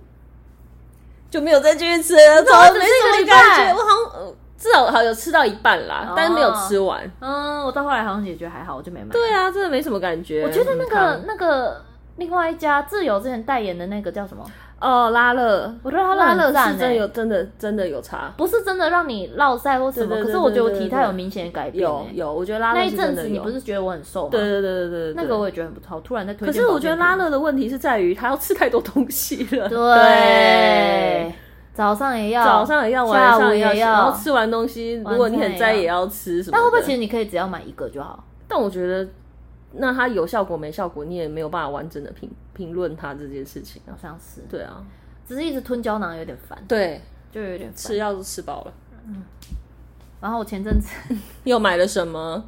B: 就没有再继续吃了，哦
A: 怎么
B: 超
A: 只
B: 没
A: 吃一
B: 什
A: 个
B: 么
A: 礼拜
B: 感觉。我好像、呃、至少好像有吃到一半啦，但是没有吃完。
A: 嗯，我到后来好像也觉得还好，我就没买。
B: 对啊，真的没什么感觉。
A: 我觉得那
B: 很
A: 个那个另外一家自由之前代言的那个叫什么？
B: 哦，拉乐，
A: 我觉得它
B: 拉
A: 很
B: 乐
A: 赞
B: 是真的
A: 欸
B: 有真的真的有差，
A: 不是真的让你落腮或什么，
B: 对对对
A: 可是我觉得我
B: 对对
A: 体
B: 对
A: 态有明显的改变、
B: 有
A: 欸。
B: 有，我觉得拉乐
A: 那
B: 是
A: 一
B: 真
A: 阵
B: 的
A: 子你
B: 有
A: 不是觉得我很瘦吗？
B: 对对对对对对，
A: 那个我也觉得很不错。我突然在推
B: 可
A: 荐，
B: 是我觉得拉。乐的问题是在于它要吃太多东西了，
A: 对，早上也要，
B: 早上也要，晚
A: 下午
B: 上也要，
A: 也要
B: 然后吃完东西，如果你很在
A: 晚上
B: 意，
A: 也
B: 也要吃什么的。
A: 但会不会其实你可以只要买一个就好？
B: 但我觉得，那它有效果没效果，你也没有办法完整的评评论它这件事情啊
A: 好。像是，
B: 对啊，
A: 只是一直吞胶囊有点烦，
B: 对，
A: 就有点烦
B: 吃。药都吃饱了。
A: 然后我前阵子，
B: 又买了什么？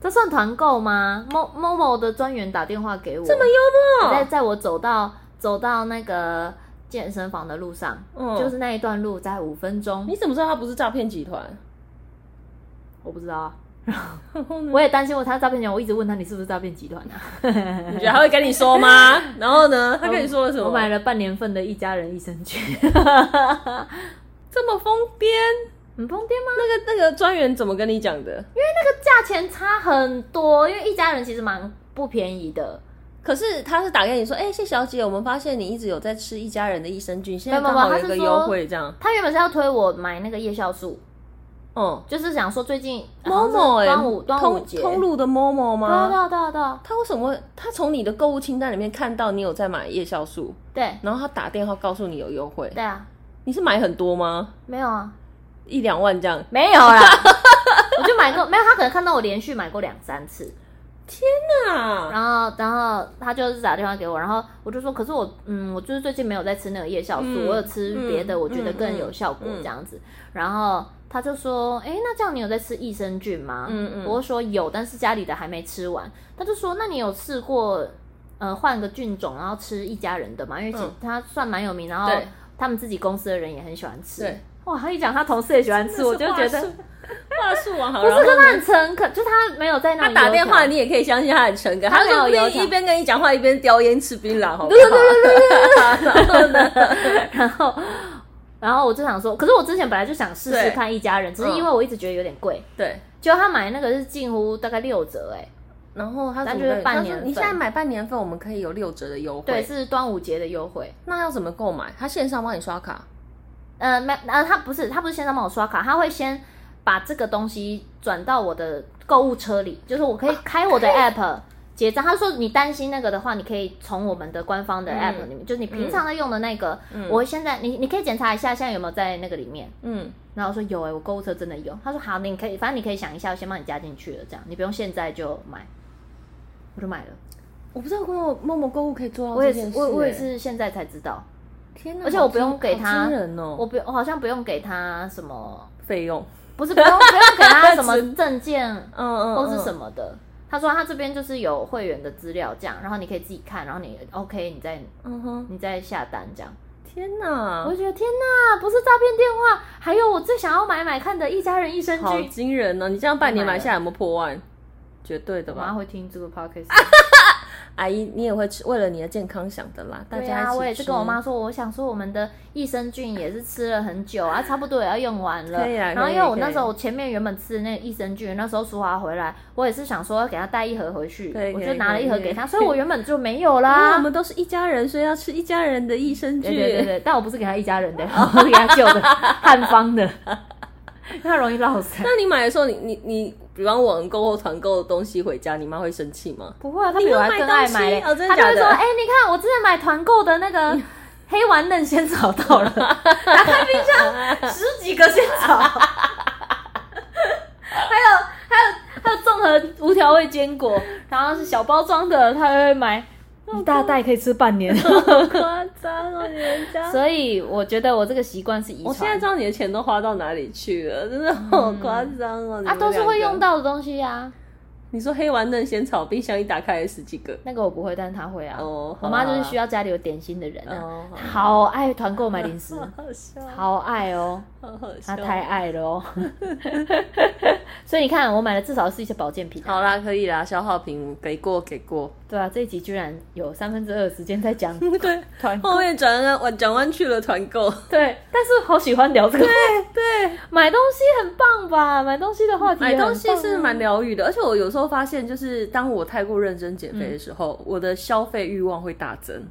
A: 这算团购吗？某某某的专员打电话给我，这么
B: 幽
A: 在在我走到走到那个健身房的路上，
B: 嗯
A: 就是那一段路在五分钟，
B: 你怎么知道它不是诈骗集团？
A: 我不知道啊。
B: 然后呢
A: 我也担心我他诈骗集团，我一直问他你是不是诈骗集团啊？
B: 你觉得他会跟你说 吗？然后呢？ 他跟你说了什么？
A: 我买了半年份的一家人益生 菌，
B: 这么疯癫，
A: 很疯癫吗？
B: 那个那个专员怎么跟你讲的？
A: 价钱差很多，因为一家人其实蛮不便宜的。
B: 可是他是打给你说，哎、谢小姐，我们发现你一直有在吃一家人的益生菌，现在
A: 没有
B: 刚
A: 没有
B: 好有一个
A: 他是说
B: 优惠这样。
A: 他原本是要推我买那个夜效素，
B: 嗯，
A: 就是想说最近
B: 某某
A: 好
B: 哎，
A: 像是端午端午
B: 通
A: 节，
B: 通路的某某
A: 对啊
B: 吗？
A: 对啊对啊对啊
B: 他为什么会？他从你的购物清单里面看到你有在买夜酵素，
A: 对啊
B: 然后他打电话告诉你有优惠，
A: 对啊，
B: 你是买很多吗？
A: 没有啊，
B: 一两万这样？
A: 没有 啦，我就买过，没有他可能看到我连续买过两三次，
B: 啊，
A: 然后然后他就是打电话给我，然后我就说，可是我嗯，我就是最近没有在吃那个夜酵素，
B: 嗯
A: 我有吃别的，
B: 嗯
A: 我觉得更有效果
B: 嗯嗯
A: 这样子，然后。他就说：“哎、那这样你有在吃益生菌吗？”
B: 嗯嗯
A: 我就说有，但是家里的还没吃完。他就说：“那你有试过，呃，换个菌种，然后吃一家人的吗？因为其实
B: 嗯
A: 他算蛮有名，然后
B: 对
A: 他们自己公司的人也很喜欢吃。
B: 对，
A: 哇，他一讲他同事也喜欢吃，我就觉得
B: 话术王好，
A: 不
B: 然
A: 是
B: 后
A: 跟他很诚恳，就他没有在那
B: 他
A: 里
B: 打
A: 油
B: 电话，
A: 条
B: 你也可以相信他很诚恳，
A: 他
B: 他
A: 没有
B: 就
A: 油
B: 边
A: 条
B: 一边跟你讲话，一边叼烟吃槟榔，好不好？对对对对
A: 然后，然后我就想说，可是我之前本来就想试试
B: 对
A: 看一家人，只是
B: 嗯
A: 因为我一直觉得有点贵，
B: 对。
A: 结果他买那个是近乎大概六折、哎，
B: 然后他
A: 但
B: 怎
A: 就
B: 么
A: 是
B: 跟你
A: 半
B: 他
A: 年
B: 说
A: 份
B: 你现在买半年份，我们可以有六折的优惠。
A: 对，，是端午节的优惠。
B: 那要怎么购买？他线上帮你刷卡。
A: 呃，没，呃，他不是，他不是先让帮我刷卡，他会先把这个东西转到我的购物车里，就是我可以开我的 app 结账。他说你担心那个的话，你可以从我们的官方的
B: 嗯
A: app 里面，就是你平常在用的那个，我会现在你你可以检查一下现在有没有在那个里面。
B: 嗯，
A: 然后我说有哎、我购物车真的有。他说好，你可以，反正你可以想一下，我先帮你加进去了，这样你不用现在就买。我就买了，
B: 我不知道某某某购物可以做到
A: 我也
B: 这
A: 是
B: 件，事、
A: 我我也
B: 欸
A: 是现在才知道，
B: 天哪！
A: 而且我不用给
B: 好
A: 他
B: 惊人哦，
A: 我不我好像不用给他什么，
B: 费用，
A: 不是不用不用给他什么证件
B: 嗯嗯
A: 或是什
B: 么？
A: 么的，他说他这边就是有会员的资料这样，然后你可以自己看，然后你 OK 你再
B: 嗯哼，
A: 你再下单这样。
B: 天哪
A: 我，就觉得天哪，不是诈骗电话，还有我最想要买买看的《一家人益生
B: 好
A: 菌》。
B: 惊人哦！你这样半年买下来有没有破万？绝对的
A: 我妈
B: 吧，
A: 会听这个 podcast，
B: 阿姨，你也会吃，为了你的健康想的啦。大
A: 对
B: 家一起
A: 啊，
B: 吃。
A: 我也是跟我妈说，我想说我们的益生菌也是吃了很久啊，差不多也要用完了。
B: 可以啊
A: 然后
B: 可以
A: 因为我
B: 可以
A: 那时候我前面原本吃的那个益生菌，那时候淑华回来，我也是想说要给她带一盒回去
B: 可以，
A: 我
B: 可以
A: 就拿了一盒
B: 可以
A: 给她，
B: 可以
A: 所以我原本就没有
B: 因为我
A: 啦。
B: 们都是一家人，所以要吃一家人的益生菌。
A: 对对对对，但我不是给她一家 人的，我是给她旧的汉方的， 因为她容易落腮。
B: 那你买的时候，你你你，比方网购或团购的东西回家，你妈会生气 吗？
A: 不会啊，他
B: 你
A: 比
B: 又
A: 我还
B: 买
A: 更
B: 东
A: 爱
B: 西
A: 买嘞。
B: 哦真的
A: 他就
B: 假
A: 会
B: 的
A: 说：“哎、你看我之前买团购的那个黑丸嫩仙草到 了，打开冰箱十几个仙草， 还有还有还有综合无调味坚果，然后是小包装的，他会买一大袋可以吃半 年。
B: 好夸张哦，你们 家
A: 所以我觉得我这个习惯是遗
B: 我现在
A: 传
B: 知。”道你的钱都花到哪里去了，真的好夸张哦！你们
A: 啊，都是会
B: 两个
A: 用。到的东西啊，
B: 你说黑丸嫩仙草，冰箱一打开有十几个。
A: 那个我不会，但是他会啊。
B: 哦
A: 我
B: 好啦
A: 妈就是需要家里有点心的人啊，
B: 哦，
A: 好爱团购买零 食，
B: 好笑，
A: 好爱哦。
B: 好好笑
A: 他。太爱了哦， 所以你看，我买的至少是一些保健品、啊。
B: 好啦，可以啦，消耗品给过给 过。
A: 对啊，这一集居然有三分之二的时间在 讲
B: 对，
A: 团购，
B: 后面转弯转弯去了团购。
A: 对，但是好喜欢聊这个。
B: 对，
A: 买东西很棒吧？买东西的话题
B: 买
A: 也很棒啊、
B: 东西是蛮疗愈的，而且我有时候发现，就是当我太过认真减肥的时候，我的消费欲望会大增。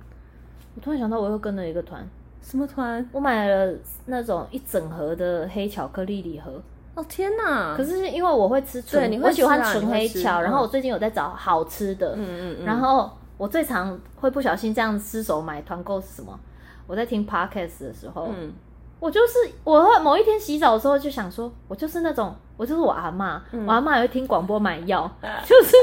A: 我突然想到，我又跟了一个团，
B: 什么团？
A: 我买了那种一整盒的黑巧克力礼盒，
B: 哦天哪！
A: 可是因为我会吃
B: 对
A: 纯，
B: 你会
A: 我喜欢
B: 吃啊
A: 纯
B: 你会
A: 黑
B: 吃
A: 巧，然后
B: 嗯
A: 我最近有在找好吃的，
B: 嗯嗯嗯，
A: 然后我最常会不小心这样失手买团购是什么？我在听 podcast 的时候，
B: 嗯
A: 我就是我会某一天洗澡的时候就想说，我就是那种我就是我阿嬷，
B: 嗯
A: 我阿嬷也会听广播买 药，就是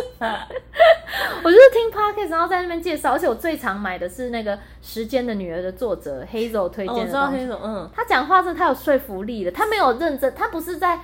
A: 我就是听 podcast，然后在那边介绍，而且我最常买的是那个《时间的女儿》的作者 Hazel 推
B: 哦我
A: 荐的
B: 知道
A: 东西。
B: 那种嗯
A: 他讲话真的太有说服力了，他没有认真，他不是在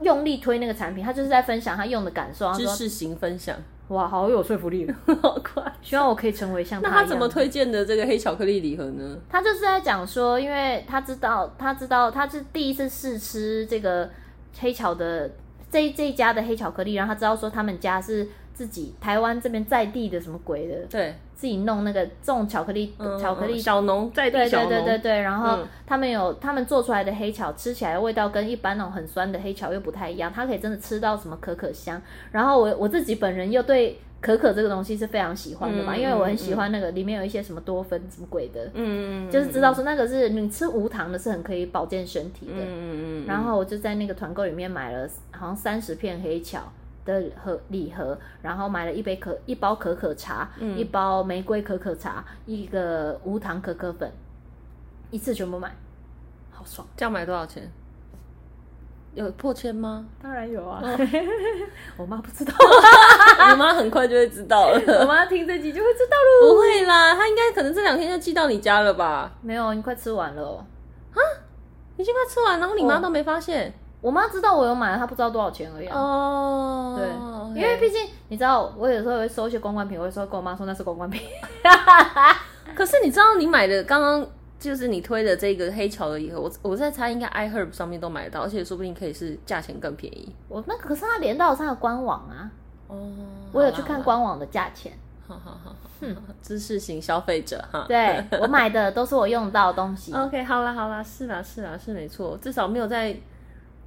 A: 用力推那个产品，他就是在分享他用的感受。他
B: 知
A: 说
B: 识型分享，
A: 哇，好有说服 力，
B: 好快。
A: 希望我可以成为像
B: 那
A: 一样。
B: 他怎么推荐的这个黑巧克力礼盒呢？
A: 他就是在讲说，因为他知道，他知道他是第一次试吃这个黑巧的这一这一家的黑巧克力，然后他知道说他们家是自己台湾这边在地的什么鬼的，
B: 对，
A: 自己弄那个种巧克力、
B: 嗯
A: 巧克力
B: 嗯小农在
A: 对
B: 地小
A: 对
B: 农，
A: 对对对，然后
B: 嗯
A: 他们有他们做出来的黑巧，吃起来的味道跟一般那种很酸的黑巧又不太一样，它可以真的吃到什么可可香。然后我我自己本人又对可可这个东西是非常喜欢的嘛，
B: 嗯
A: 因为我很喜欢那个里面有一些什么多酚什么鬼的，
B: 嗯，嗯嗯，
A: 就是知道说那个是你吃无糖的是很可以保健身体的。
B: 嗯嗯嗯嗯，
A: 然后我就在那个团购里面买了好像三十片黑巧的盒礼盒，然后买了一杯可一包可可茶，一包玫瑰可可茶，一个无糖可可粉，一次全部买，好爽。
B: 这样买多少钱？有破千吗？
A: 当然有啊， 我妈不知道，
B: 你妈很快就会知道了。
A: 我妈听这集就会知道喽。
B: 不会 啦，他应该可能这两天就寄到你家了吧？
A: 没有，你快吃完了哦。
B: 已经快吃完，然后你妈都没发现
A: 我妈知道我有买了，她不知道多少钱而已、啊。
B: 哦。
A: 对因
B: OK
A: 为毕竟你知道，我有时候会收一些公关品，我有时候跟我妈说那是公关品。
B: 可是你知道你买的刚刚就是你推的这个黑巧的以后，我我在猜应该 iHerb 上面都买得到，而且说不定可以是价钱更便宜
A: 我那可是她连到她的官网啊，
B: 哦。
A: 我有去看，官网的价钱。
B: 好啦好好好，嗯，知识型消费者哈。
A: 对我买的都是我用到的东西。
B: OK，好啦好啦，是啦是啦是没错，至少没有在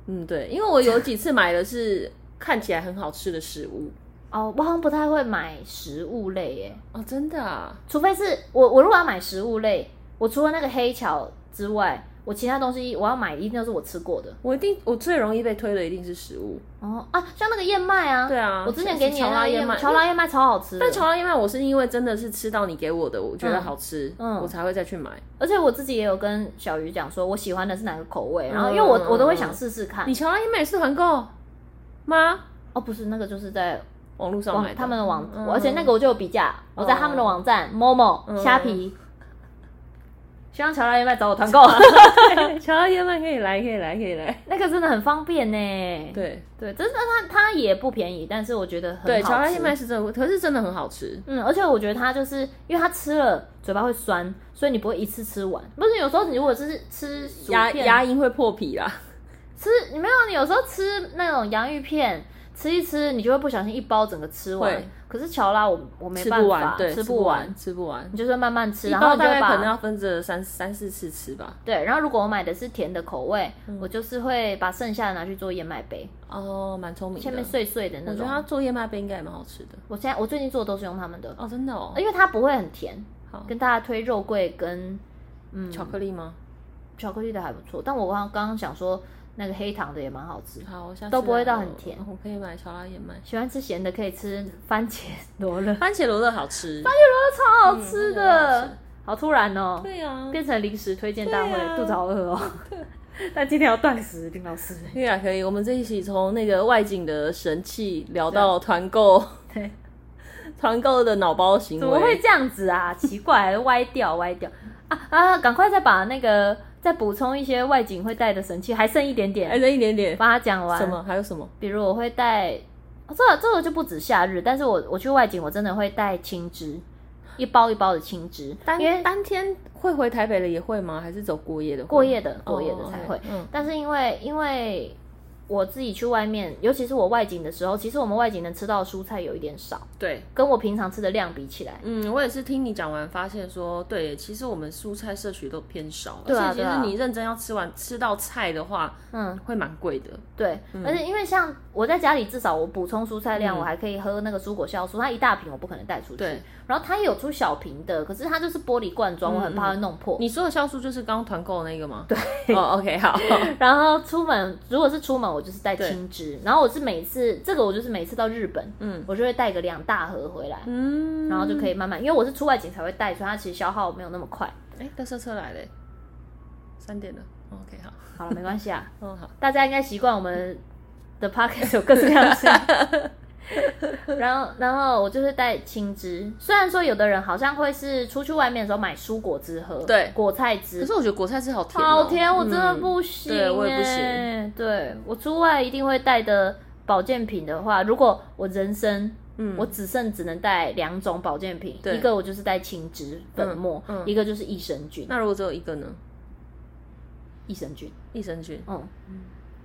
B: 嗯对，因为我有几次买的是看起来很好吃的食物
A: 哦，我好像不太会买食物类耶，
B: 哦，真的啊，
A: 除非是我我如果要买食物类，我除了那个黑巧之外，我其他东西我要买一定都是我吃过的。
B: 我一定，我最容易被推的一定是食物。
A: 哦啊，像那个燕麦啊，
B: 对啊
A: 我之前给你的那个
B: 是乔拉燕麦
A: 乔拉燕麦超好吃的，
B: 但乔拉燕麦，我是因为真的是吃到你给我的，我觉得好吃，
A: 嗯
B: 我才会再去买。
A: 而且我自己也有跟小鱼讲说我喜欢的是哪个口味，然后
B: 嗯
A: 因为我
B: 嗯
A: 我都会
B: 嗯
A: 想试试看
B: 你。乔拉燕麦也是团购吗？
A: 哦，不是那个就是在
B: 网络上买
A: 网
B: 的，
A: 他 们的哦网，
B: 嗯
A: 而且那个我就有比价，我在他们的网站 Momo 虾皮嗯希望乔拉燕麦找我 团购，
B: 乔拉燕麦可以来，可以来，可以来。
A: 那个真的很方便呢。
B: 对
A: 对，真的它它也不便宜，但是我觉得很好
B: 对，
A: 吃
B: 乔拉燕麦是真的，可是真的很好吃。
A: 嗯，而且我觉得它就是因为它吃了嘴巴会酸，所以你不会一次吃完。不是有时候你如果就是吃薯
B: 牙
A: 片
B: 牙龈会破皮啦，
A: 吃你没有，你有时候吃那种洋芋片，吃一吃你就会不小心一包整个吃完
B: 会。
A: 可是乔拉我我没
B: 吃
A: 办
B: 不
A: 法
B: 完，，对，
A: 吃
B: 吃
A: 不完，
B: 完，吃不完
A: 你。就是慢慢吃，
B: 一
A: 然后
B: 包
A: 你
B: 大
A: 就
B: 概
A: 把
B: 可能要分着三三四次吃吧。
A: 对，然后如果我买的是甜的口味，
B: 嗯
A: 我就是会把剩下的拿去做燕麦杯，
B: 哦，蛮聪明的。
A: 下面碎碎的那
B: 我觉
A: 种。
B: 得它做燕麦杯应该也蛮好吃的。
A: 我现在我最近做的都是用他们的，呃
B: 哦，真的哦。
A: 因为它不会很甜。
B: 好
A: 跟大家推肉桂跟嗯
B: 巧克力吗？
A: 巧克力的还不错，但我刚刚刚想说那个黑糖的也蛮好吃。
B: 好，我下次
A: 都不会
B: 来
A: 到很
B: 我
A: 甜
B: 我可以买乔拉 燕麦。
A: 喜欢吃咸的可以 吃番茄罗勒，
B: 番茄罗勒好吃，
A: 超好吃
B: 嗯
A: 的，
B: 很好吃
A: 好突然哦，
B: 对啊，
A: 变成零食推荐大会，
B: 对啊
A: 肚子好饿哦。 但今天要断食，林老师。
B: 可以啊，可以。我们这一期从那个外景的神器聊到团 购，
A: 对，
B: 团购的脑包行为，
A: 怎么会这样子 啊？奇怪，歪掉歪掉啊啊！赶快再把那个再补充一些外景会带的神器，还剩一点
B: 还
A: 点，
B: 哎剩一点点？
A: 把它讲完。
B: 什么？还有什么？
A: 比如我会带，哦、这这个就不止夏日，但是我我去外景，我真的会带青汁，一包一包的青汁，
B: 当
A: 因为
B: 当天会回台北的也会吗？还是走过夜的会？
A: 过夜的
B: 哦
A: 过夜的才会。
B: 嗯，
A: 但是因为因为我自己去外面，尤其是我外景的时候，其实我们外景能吃到的蔬菜有一点少，
B: 对，
A: 跟我平常吃的量比起来，
B: 嗯，我也是听你讲完发现说，对，其实我们蔬菜摄取都偏少，
A: 对啊
B: 而且其
A: 对
B: 实
A: 啊
B: 你认真要吃完吃到菜的话，
A: 嗯，
B: 会蛮贵的。
A: 对，
B: 嗯
A: 而且因为像我在家里，至少我补充蔬菜量，我还可以喝那个蔬果酵素，它一大瓶我不可能带出去
B: 对。
A: 然后它也有出小瓶的，可是它就是玻璃罐装，我
B: 嗯
A: 很怕会弄破。
B: 你说的酵素就是刚刚团购的那个吗？对，哦，OK，好，
A: 然后出门，如果是出门，我就是带青汁。然后我是每次这个，我就是每次到日本，嗯，我就会带个两大盒回来，
B: 嗯，
A: 然后就可以慢慢，因为我是出外景才会带，所以它其实消耗没有那么快。
B: 哎，垃圾车来了，三点了哦，OK，好，
A: 好了，没关系啊，
B: 嗯，好，
A: 大家应该习惯我们的 podcast 有各式各样的声 音然后，然后我就是带青汁，虽然说有的人好像会是出去外面的时候买蔬果汁喝，
B: 对
A: 果菜
B: 可
A: 汁，
B: 是我觉得果菜汁好甜、哦，
A: 好甜，我真的
B: 嗯
A: 不行、欸
B: 对我也不行，
A: 行。对我出外一定会带的保健品的话，如果我人生。嗯，我只剩只能带两种保健品，
B: 对
A: 一个我就是带青汁粉末，
B: 嗯嗯
A: 一个就是益生菌。
B: 那如果只有一个呢？
A: 益生菌，
B: 益生菌，
A: 嗯，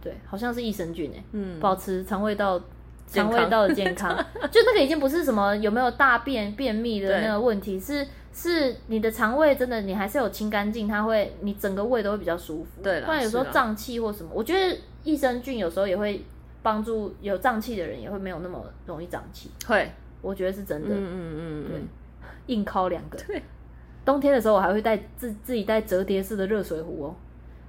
A: 对，好像是益生菌诶、欸
B: 嗯，
A: 保持肠胃道
B: 健
A: 肠
B: 康
A: 胃道的健康， 就那个已经不是什么有没有大便便秘的
B: 对
A: 那个问题，是是你的肠胃真的你还是有清干净，它会你整个胃都会比较舒服。
B: 对啦
A: 不然有时候
B: 是啦
A: 胀气或什么，我觉得益生菌有时候也会帮助有胀气的人也会没有那么容易胀气，
B: 会，
A: 我觉得是真
B: 嗯
A: 的。
B: 嗯嗯嗯，
A: 硬敲两个。
B: 对，
A: 冬天的时候我还会带自自己带折叠式的热水壶哦，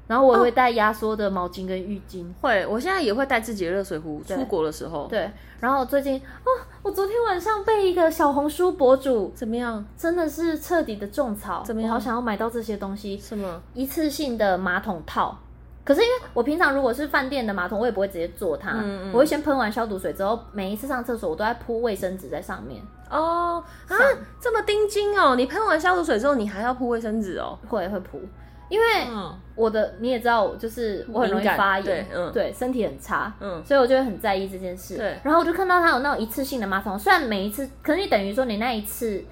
A: 然后我
B: 哦
A: 也会带压缩的毛巾跟浴巾。
B: 会，我现在也会带自己的热水壶，出国的时候，，
A: 对，然后最近哦，我昨天晚上被一个小红书博主
B: 怎么样？
A: 真的是彻底的种草，
B: 怎么
A: 我
B: 样
A: 好想要买到这些东西，
B: 什么？
A: 一次性的马桶套。可是因为我平常如果是饭店的马桶，我也不会直接坐它，
B: 嗯嗯
A: 我会先喷完消毒水之后，每一次上厕所我都在铺卫生纸在上面，
B: 哦啊，这么丁精哦！你喷完消毒水之后，你还要铺卫生纸哦。
A: 会会铺，因为
B: 嗯，
A: 我的你也知道，我就是我很容易
B: 敏感
A: 发炎，
B: 对嗯
A: 身体很差，
B: 嗯
A: 所以我就会很在意这件事。
B: 对
A: 然后我就看到他有那种一次性的马桶，虽然每一次，可是你等于说你那一次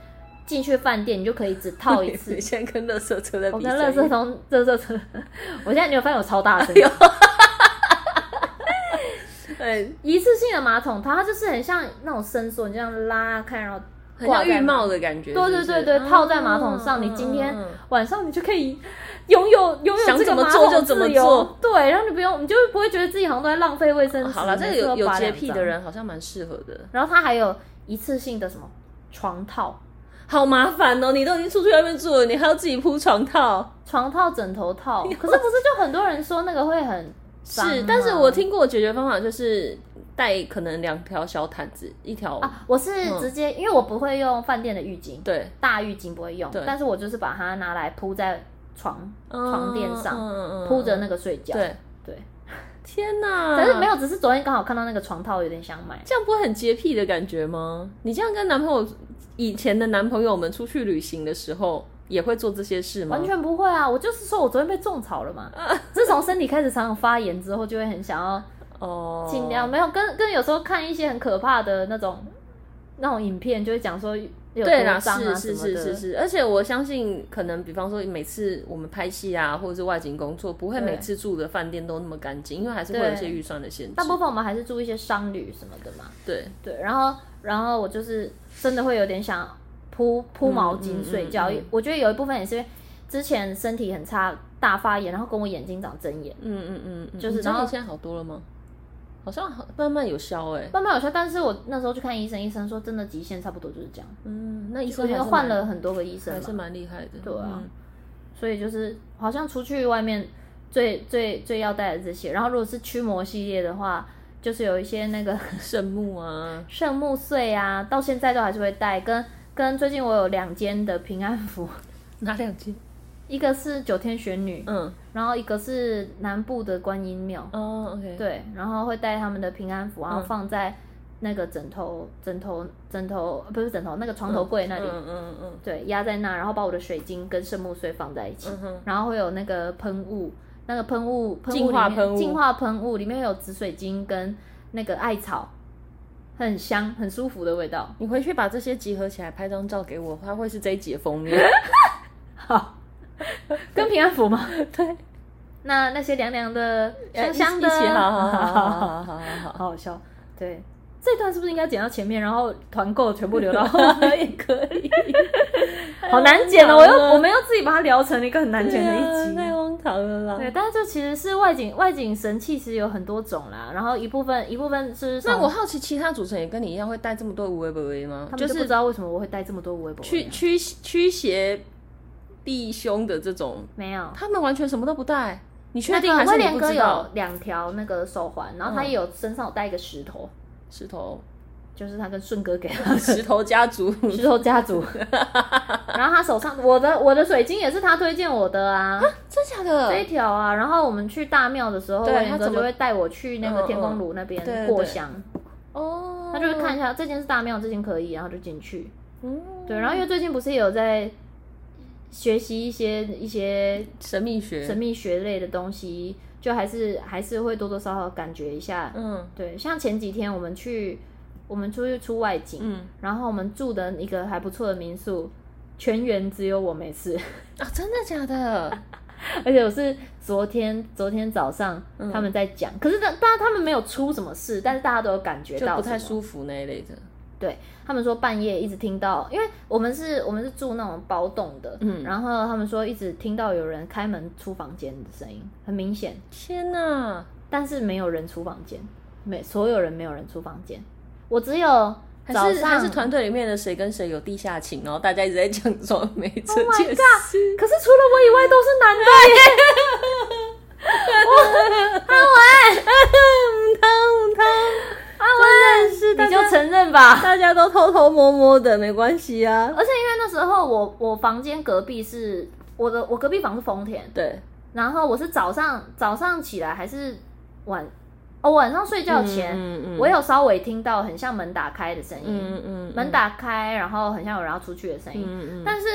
A: 进去饭店，你就可以只套一次
B: 你。现在跟垃圾车 在
A: 我
B: 比
A: 跟
B: 声音，
A: 乐色通乐色车，我现在你有发现我超大声，
B: 对，
A: 一次性的马桶套，它就是很像那种伸缩，你这样拉开，然后
B: 很像浴帽
A: 的。
B: 的感觉。
A: 对
B: 是
A: 对
B: 不是
A: 对对，泡在马桶上，
B: 嗯
A: 你今天
B: 嗯嗯
A: 晚上你就可以拥有拥有
B: 想
A: 这个
B: 怎么
A: 马
B: 做
A: 桶
B: 就怎么
A: 自由
B: 做，
A: 对，然后你不用，你就不会觉得自己好像都在浪费卫生纸。
B: 好了，这个
A: 每次
B: 有
A: 都
B: 有
A: 拔
B: 洁
A: 两
B: 癖
A: 张
B: 的，人好像蛮适合的。
A: 然后它还有一次性的什么床套、
B: 好麻烦哦，你都已经出去外面住了，你还要自己铺床套。
A: 床套、枕头 套，可是不是就很多人说那个会很脏啊吗
B: 是，但是我听过解决方法就是带可能两条小毯子，一条
A: 啊，我是直接，因为我不会用饭店的浴巾，
B: 嗯对
A: 大浴巾不会用
B: 对，嗯
A: 但是我就是把它拿来铺在床床垫上，
B: 上
A: 铺着那个睡觉。
B: 嗯对，
A: 嗯
B: 嗯
A: 对，
B: 天哪！
A: 但是没有，只是昨天刚好看到那个床套，有点想买。
B: 这样不会很洁癖的感觉吗？你这样跟男朋友以前的男朋友们出去旅行的时候，也会做这些事吗？
A: 完全不会啊！我就是说我昨天被种草了嘛。
B: 嗯
A: 自从身体开始常常发炎之后，就会很想要
B: 哦，
A: 尽量没有跟跟有时候看一些很可怕的那种那种影片，就会讲说有
B: 对
A: 多
B: 啦，
A: 脏
B: 是
A: 啊
B: 是
A: 什么
B: 是
A: 的。
B: 是是，而且我相信，可能比方说每次我们拍戏啊，或者是外景工作，不会
A: 对
B: 每次住的饭店都那么干净，因为还是会有一些
A: 对
B: 预算的限制
A: 大。部分我们还是住一些商旅什么的嘛。
B: 对，
A: 对，然后然后我就是真的会有点想铺铺毛
B: 嗯嗯
A: 巾睡觉、
B: 嗯嗯
A: 我觉得有一部分也是因为之前身体很差，大发炎，然后跟我眼睛长针眼，
B: 嗯嗯嗯嗯，
A: 就是
B: 你知道
A: 然后
B: 现在好多了吗？好像好慢慢有消哎、
A: 慢慢有效。但是我那时候去看医生，医生说真的极限差不多就是这样。
B: 嗯，那医
A: 我
B: 生
A: 觉
B: 还
A: 得
B: 是
A: 换
B: 蛮
A: 了很多个医生
B: 还
A: 嘛
B: 是蛮厉害的。嗯对
A: 啊所以就是好像出去外面最最最要带的这些，然后如果是驱魔系列的话，就是有一些那个
B: 圣木啊，
A: 圣木碎啊，到现在都还是会带。跟跟最近我有两间的平安符，
B: 哪两间？
A: 一个是九天玄女，
B: 嗯，
A: 然后一个是南部的观音庙，
B: 哦，OK，，
A: 对，然后会带他们的平安符，然
B: 嗯
A: 后放在那个枕头枕头枕头呃不是枕头那个床头柜那里，
B: 嗯嗯嗯
A: 对，压在那，然后把我的水晶跟圣木碎放在一起，
B: 哼
A: 然后会有那个喷雾，那个喷雾喷雾
B: 净化
A: 里面
B: 喷雾
A: 净化喷雾里面有紫水晶跟那个艾草，很香，很舒服的味道。
B: 你回去把这些集合起来拍张照给我，它会是这一集的 封面。
A: 好，跟平安符 吗？
B: 对，
A: 那那些凉凉的、
B: 呃
A: 香香的，
B: 一起，好好好好 好好好好好，
A: 好好笑。对，这段是不是应该剪到前面，然后团购全部留 到后面也可 以？好难剪哦，我又我们又自己把它聊成了一个很难剪的一集。
B: 对啊太荒唐了
A: 对，
B: 啦。
A: 但是这其实是外景，外景神器其实有很多种啦。然后一部分一部分是
B: 那
A: 从
B: 我好奇，其他主持人也跟你一样会带这么多无为不为吗？
A: 他们
B: 就
A: 就不知
B: 是
A: 道为什么我会啊带这么多围脖，
B: 驱驱驱邪避凶的这种，
A: 没有。
B: 他们完全什么都不带。你确
A: 那
B: 定
A: 个
B: 还
A: 威
B: 是你
A: 廉
B: 不
A: 哥
B: 知
A: 有
B: 道？嗯
A: 两条那个手环，然后他也有身上有带一个石头，
B: 石头，
A: 就是他跟顺哥给他的
B: 石头家 族，
A: 石头家族。然后他手上我的我的水晶也是他推荐我的啊，
B: 真假
A: 这
B: 的
A: 一？条啊。然后我们去大庙的时候，
B: 对
A: 威廉
B: 他
A: 哥
B: 怎么
A: 就会带我去那个
B: 嗯嗯
A: 天公炉那
B: 对对
A: 边
B: 对
A: 过香，
B: 哦，
A: 他就会看一下这间是大庙，这间可以，然后就进去。
B: 嗯，
A: 对，然后因为最近不是也有在学习一些一些
B: 神秘学，
A: 神秘学类的东西，就还是还是会多多少少感觉一下。
B: 嗯
A: 对，像前几天我们去我们出去出外景，
B: 嗯
A: 然后我们住的一个还不错的民宿，全员只有我没事，
B: 啊，真的假 的？
A: 而且我是昨天昨天早上
B: 嗯
A: 他们在讲，可是大大家他们没有出什么事，但是大家都有感觉
B: 就
A: 到
B: 不太
A: 什么
B: 舒服那一类的。
A: 对他们说半夜一直听到，因为我们是我们是住那种包栋的，
B: 嗯
A: 然后他们说一直听到有人开门出房间的声音，很明显，
B: 天哪！
A: 但是没有人出房间，没所有人没有人出房间，我只有早
B: 还是还
A: 上
B: 是团队里面的谁跟谁有地下情，然后大家一直在讲说 Oh 没这件事。
A: 可是除了我以外都是男的耶，
B: 真的是大
A: 你就
B: 家
A: 承认吧。
B: 大家都偷偷摸摸的，没关系啊。
A: 而且因为那时候我我房间隔壁是我的我隔壁房是丰田，
B: 对，
A: 然后我是早上早上起来还是晚哦晚上睡觉前。
B: 嗯嗯
A: 我有稍微听到很像门打开的声音，
B: 嗯嗯
A: 门打开，然后很像有人要出去的声音。
B: 嗯嗯嗯，
A: 但是，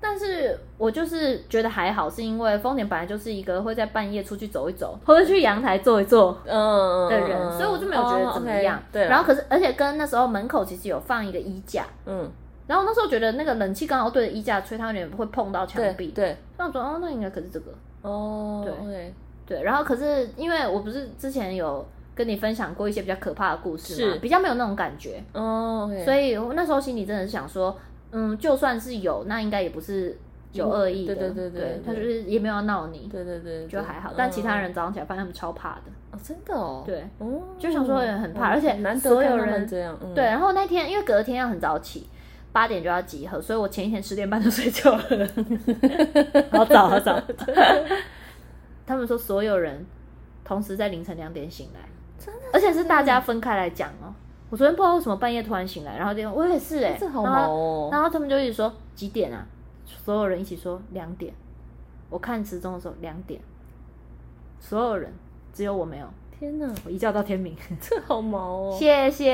A: 但是我就是觉得还好，是因为丰田本来就是一个会在半夜出去走一走，或者去阳台坐一坐
B: 嗯哦
A: 的人，所以我就没有觉得怎么样。
B: 对，
A: 然后可是，而且跟那时候门口其实有放一个衣架，
B: 嗯，
A: 然后我那时候觉得那个冷气刚好对着衣架吹，它有点会碰到墙
B: 对
A: 壁。，
B: 对，
A: 那我说哦，那应该可是这个。
B: 哦，对，
A: 对，然后可是因为我不是之前有跟你分享过一些比较可怕的故事嘛
B: 是，
A: 比较没有那种感觉，
B: 哦，
A: 所
B: 以
A: 以我那时候心里真的是想说，嗯，就算是有，那应该也不是有恶意的，
B: 嗯对对对对对
A: 他就是也没有要闹你，
B: 对对对，
A: 就还好。但其他人早上起来发现他们超怕的，
B: 真的哦，，
A: 对。
B: 哦，
A: 就想说也很怕，而且
B: 难得
A: 所
B: 看
A: 有
B: 他
A: 人
B: 们这样，嗯
A: 对，，然后那天因为隔天要很早起，八点就要集合，所以我前一天十点半就睡觉了，好早好 早。他们说所有人同时在凌晨两点醒来，真的，而且是大家
B: 嗯
A: 分开来讲哦。我昨天不知道为什么半夜突然醒来，然后电话我也是哎、
B: 这好
A: 然后
B: 毛哦
A: 然后他们就一直说几点啊？所有人一起说两点。我看时钟的时候两点，所有人只有我没有，
B: 天哪，
A: 我一觉到天明。
B: 这好毛 哦，
A: 谢谢，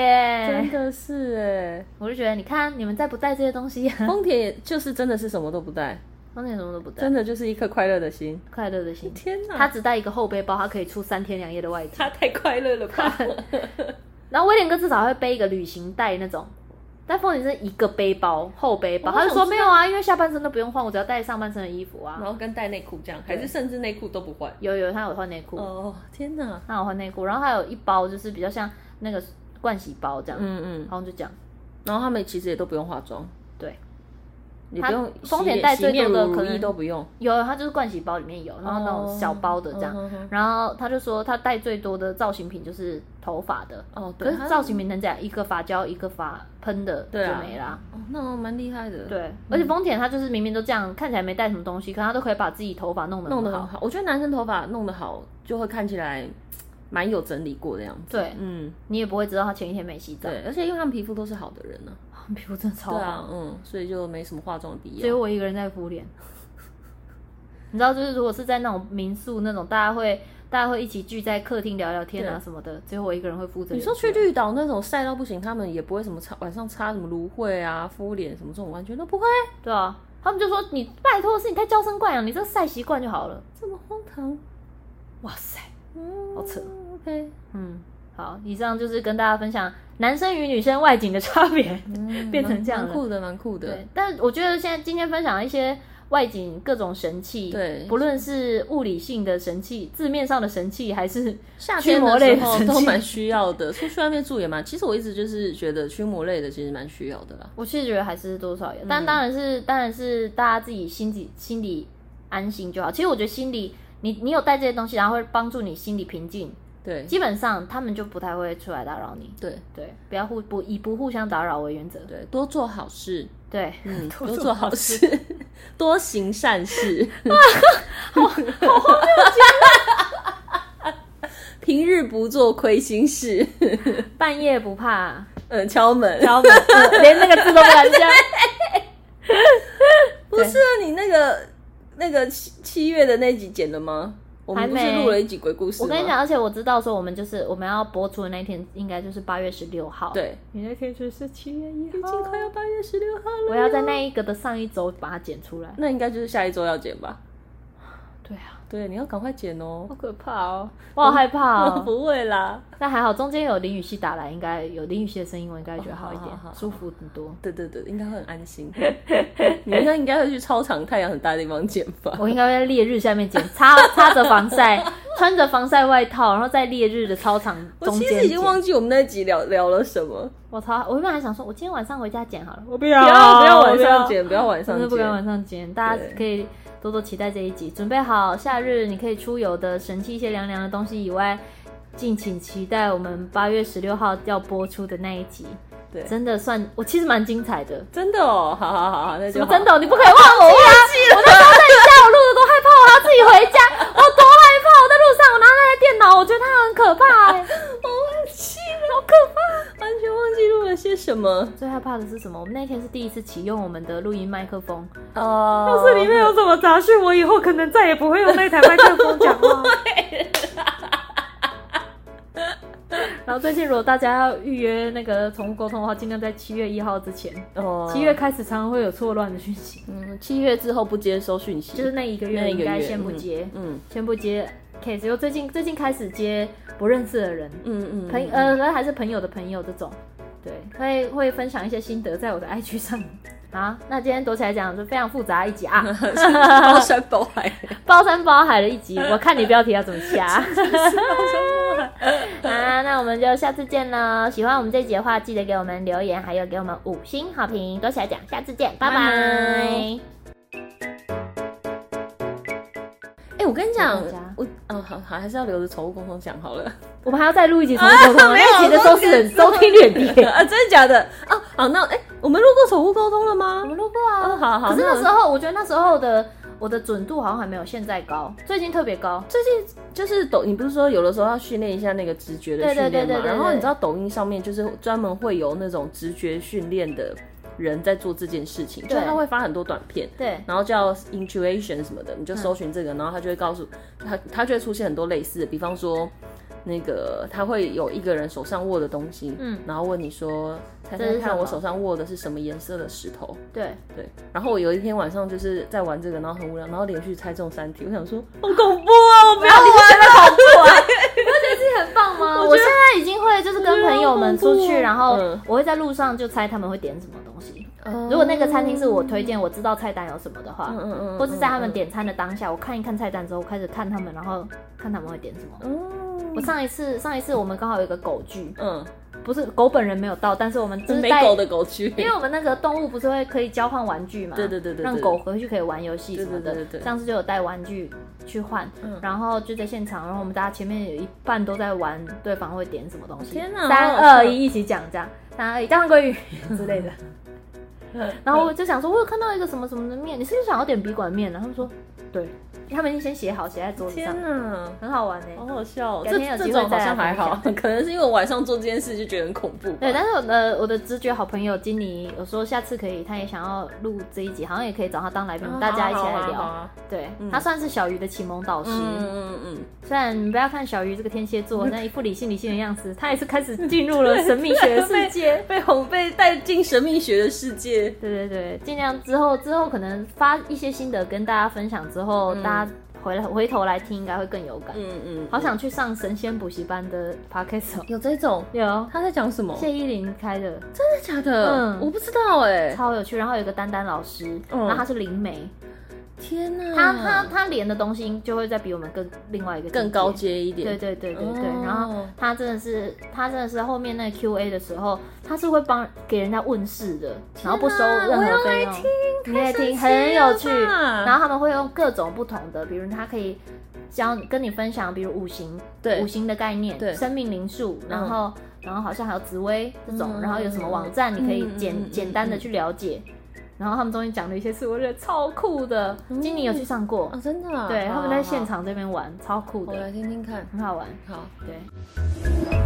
B: 真的是哎。
A: 我就觉得你看你们在不带这些东西、啊
B: 丰田也就是真的是什么都不带，
A: 丰田什么都不带，
B: 真的就是一颗快乐的心。
A: 快乐的心。
B: 天啊哪，
A: 他只带一个后背包，他可以出三天两夜的外景。
B: 他太快乐了吧？
A: 然后威廉哥至少会背一个旅行袋那种，但凤姐是一个背包后背包，
B: 我好
A: 他
B: 想
A: 就说
B: 知
A: 没
B: 道哦
A: 有啊，因为下半身都不用换，我只要带上半身的衣服啊
B: 然。后跟带内裤这样，还是甚至内裤都不换。
A: 有有，他有换内裤，
B: 哦，天哪！
A: 他有换内裤，然后还有一包就是比较像那个盥洗包这样，
B: 嗯嗯，
A: 然后就这样。
B: 然后他们其实也都不用化妆，
A: 对，
B: 也不用
A: 丰田
B: 洗脸
A: 带最
B: 洗面
A: 多的
B: 乳
A: 可
B: 乳
A: 能
B: 液都不用，
A: 有，他就是盥洗包里面有，然后那种小包的这样。
B: 嗯哼哼
A: 然后他就说他带最多的造型品就是头发的，
B: 哦，
A: 可
B: 对，
A: 是造型品能讲一个发胶一个发喷的就
B: 对啊嗯
A: 没啦。
B: 哦，那蛮厉害的，，
A: 对，而且丰田他就是明明都这样，看起来没带什么东西，可他都可以把自己头发弄得
B: 弄得
A: 很
B: 很
A: 好。
B: 好。我觉得男生头发弄得好，就会看起来嘖蛮有整理过的样子。
A: 对
B: 嗯，
A: 你也不会知道他前一天没洗澡。
B: 对，而且因为他们皮肤都是好的人呢、
A: 啊 皮肤真的超
B: 对
A: 好，
B: 啊，嗯，所以就没什么化妆的必
A: 只
B: 要
A: 有。我一个人在敷脸。 你知道，就是如果是在那种民宿那种，大家会大家会一起聚在客厅聊聊天啊
B: 对
A: 什么的，只有我一个人会敷着脸。
B: 你说去绿岛那种晒到不行，他们也不会什么擦晚上擦什么芦荟啊、敷脸什么这种，完全都不会，
A: 对啊，他们就说你拜托，是你太娇生惯养，你这晒习惯就好了。
B: 这么荒唐，
A: 哇塞，
B: 嗯，
A: 好扯。
B: OK，
A: 嗯，好，以上就是跟大家分享男生与女生外景的差别。
B: 嗯
A: 变成这样了
B: 蛮蛮酷的，蛮酷的
A: 对。，但我觉得现在今天分享的一些外景各种神器，
B: 对
A: 不论是物理性的神器、字面上的神器，还是
B: 夏
A: 驱
B: 天
A: 魔
B: 的
A: 类
B: 时
A: 的
B: 候
A: 神
B: 都
A: 器
B: 蛮需要的，出去外面住也蛮。其实我一直就是觉得驱魔类的其实蛮需要的啦。
A: 我是觉得还是多少有，
B: 嗯
A: 但当然是、当然是大家自己心里心里安心就好。其实我觉得心里你你有带这些东西，然后会帮助你心里平静，
B: 对
A: 基本上他们就不太会出来打扰你。
B: 对
A: 对，不要互不以不互相打扰为原则。
B: 对，多做好事，
A: 对，
B: 嗯，多做好事， 多行善事。 平日不做亏心事，
A: 半夜不怕
B: 嗯，敲门，
A: 敲门，呃连那个字都不 敢讲。
B: 不是啊你那个那个七七月的那集剪了吗？我们不
A: 还
B: 是
A: 没
B: 录了一集鬼故事
A: 我
B: 吗？
A: 跟你讲，而且我知道说我们就是我们要播出的那一天，应该就是八月十六号。，
B: 对，
A: 你那天就是七月一
B: 已经快要八月十六号了，
A: 我要在那一个的上一周把它剪出来。
B: 那应该就是下一周要剪吧？
A: 对啊，
B: 对，你要赶快剪哦
A: 好。可怕哦，我好害怕
B: 我
A: 哦。
B: 不会啦。
A: 但还好中间有淋雨系打来，应该有淋雨系的声音，我应该觉得好一
B: 哦好
A: 点
B: 好好，
A: 舒服很多。
B: 对对对，应该会很安 心。你应该应该会去操场太阳很大的地方剪吧？
A: 我应该会在烈日下面剪，擦 擦着防晒，穿着防晒外套，然后在烈日的操场
B: 我
A: 中
B: 其
A: 间
B: 实已经
A: 剪
B: 忘记我们那集聊聊了什么。
A: 我操！我原本还想说，我今天晚上回家剪好了，我不
B: 不
A: 要
B: 要不要
A: 我
B: 晚上
A: 要
B: 剪，不要晚上
A: 真的
B: 剪。
A: 不敢晚上剪，大家可以多多期待这一集。准备好夏日你可以出游的神器一些凉凉的东西以外，敬请期待我们八月十六号要播出的那一集。
B: 对，
A: 真的算我其实蛮精彩的，
B: 真的哦，好好好好，那
A: 什
B: 就
A: 么
B: 好
A: 真的、你不可以忘我啊！我那时候在你家，我录的都害怕，我要自己回 家，我多害怕！我在路上，我拿那台电脑，我觉得它很可怕、欸，
B: 我忘记了，好可怕，完全忘记录了些什么。
A: 最害怕的是什么？我们那天是第一次启用我们的录音麦克风。
B: 哦，
A: 要是里面有什么杂讯，我以后可能再也不会用那台麦克风讲话。 然后最近，如果大家要预约那个宠物沟通的话，尽量在七月一号之前。
B: 哦
A: 七月，开始常常会有错乱的讯息，
B: 嗯，七月之后不接收讯息，
A: 就是那一个
B: 那
A: 月
B: 一
A: 应
B: 个
A: 该
B: 月
A: 先不接，
B: 嗯
A: 先不接 case。又最近最近开始接不认识的人，
B: 嗯嗯，
A: 朋呃可能还是朋友的朋友这种，对，会会分享一些心得在我的 IG 上。好，那今天躲起来讲就非常复杂一集 啊。
B: 包山包海，
A: 包山包海的一集，我看你标题要怎么 下。啊，那我们就下次见喽！喜欢我们这集的话，记得给我们留言，还有给我们五星好评。多起来讲，下次见，拜
B: 拜
A: 拜
B: 拜。 哎，我跟你讲
A: 大家，
B: 我哦好好还是要留着宠物公公讲好了。
A: 我们还要再录一集重复沟 通，
B: 没有
A: 那一集的收视人收听率很低。
B: 啊，真的假的？哦，好，那哎、我们路过宠物沟通了吗
A: 我？们录过
B: 哦，
A: 啊，
B: 好好。
A: 可是那时
B: 候
A: 候我觉得那时候的我的准度好像还没有现在高，最近特别高。
B: 最近就是抖，你不是说有的时候要训练一下那个直觉的
A: 对对
B: 训练
A: 对对
B: 嘛？
A: 对对
B: 然后你知道抖音上面就是专门会有那种直觉训练的人在做这件事情，就
A: 对
B: 他会发很多短片。
A: 对
B: 然后叫嗯 intuition 什么的，你就搜寻这个，然后他就会告诉他，他就会出现很多类似的，比方说那个他会有一个人手上握的东西，嗯，然后问你说，猜猜
A: 是什
B: 看
A: 么
B: 我手上握的是什么颜色的石头？
A: 对，
B: 对，然后我有一天晚上就是在玩这个，然后很无聊，然后连续猜中三题，我想说好恐怖啊，我不要玩了。
A: 很棒吗？
B: 我
A: 我
B: 觉
A: 现
B: 得
A: 在已经会就是跟朋友们出
B: 我觉
A: 去，
B: 得
A: 然
B: 好
A: 后
B: 恐怖哦嗯
A: 我会在路上就猜他们会点什么东西。
B: 嗯
A: 如果那个餐厅是我推荐，我知道菜单有什么的话，
B: 嗯嗯嗯
A: 或是在他们点餐的当下，我看一看菜单之后，我开始看他们，然后看他们会点什么。
B: 嗯
A: 我上一次上一次我们刚好有一个狗剧，
B: 嗯，
A: 不是狗本人没有到，但是我们就是
B: 没
A: 带
B: 狗的狗区，
A: 因为我们那个动物不是会可以交换玩具嘛？
B: 对对对对对
A: 让狗回去可以玩游戏什么
B: 对对
A: 的
B: 对对。对嗯
A: 上次就有带玩具去换，然后就在现场，然后我们大家前面有一半都在玩对方会点什么东西。
B: 天哪
A: 三
B: 好好笑
A: 二一，一起讲这样，三二一，大象 鲑鱼之类的。然后我就想说，我有看到一个什么什么的面，你是不是想要点笔管面呢、他们说，对，他们已经先写好，写在桌子上
B: 天，哪！
A: 很好玩呢、欸
B: 好好笑、哦，
A: 改
B: 这
A: 天有
B: 这
A: 机会
B: 种好
A: 再来
B: 像还 好，
A: 分
B: 可能是因为我晚上做这件事就觉得很恐怖吧。
A: 对，但是我的我的直觉好朋友金妮有说下次可以，她也想要录这一集，好像也可以找她当来宾，我们大家一起来聊。
B: 嗯哦好啊
A: 对，他算是小鱼的启蒙导师。
B: 好啊嗯嗯
A: 虽然你不要看小鱼这个天蝎座那一副理性理性的样子，他也是开始进入了神秘学的世界
B: 嗯，。被红被带进神秘学的世界。
A: 对对对，尽量之后之后可能发一些心得跟大家分享之后，大家回来回头来听应该会更有感。
B: 嗯嗯，
A: 好想去上神仙补习班的 podcast，哦
B: 有这种，
A: 有哦
B: 他在讲什么？
A: 谢依霖开的，
B: 真的假的？
A: 嗯
B: 我不知道哎、
A: 超有趣。然后有一个丹丹老师，
B: 嗯
A: 然后他是灵媒，
B: 天哪，
A: 他他他连的东西就会再比我们更另外一个
B: 更
A: 境
B: 高
A: 界
B: 阶一点。
A: 对对对对对，
B: 哦
A: 然后他真的是，他真的是后面那个 Q A 的时候，他是会帮给人家问世的，然后不收任何费用。你也
B: 神奇
A: 听，很有趣。
B: 了吧
A: 然后他们会用各种不同的，比如他可以教跟你分享，比如五行，
B: 对
A: 五行的概念，
B: 对
A: 生命灵数，然后然后好像还有紫薇这种，
B: 嗯
A: 然后有什么网站你可以
B: 嗯
A: 简、
B: 嗯嗯
A: 简单的去了解。然后他们终于讲了一些事，我觉得超酷的。经理有去上过，
B: 啊，真的啊、
A: 对，他们在现
B: 嗯好，
A: 场这边玩，超酷
B: 好好我
A: 的，
B: 来听听看。
A: 很好玩。
B: 好，
A: 对。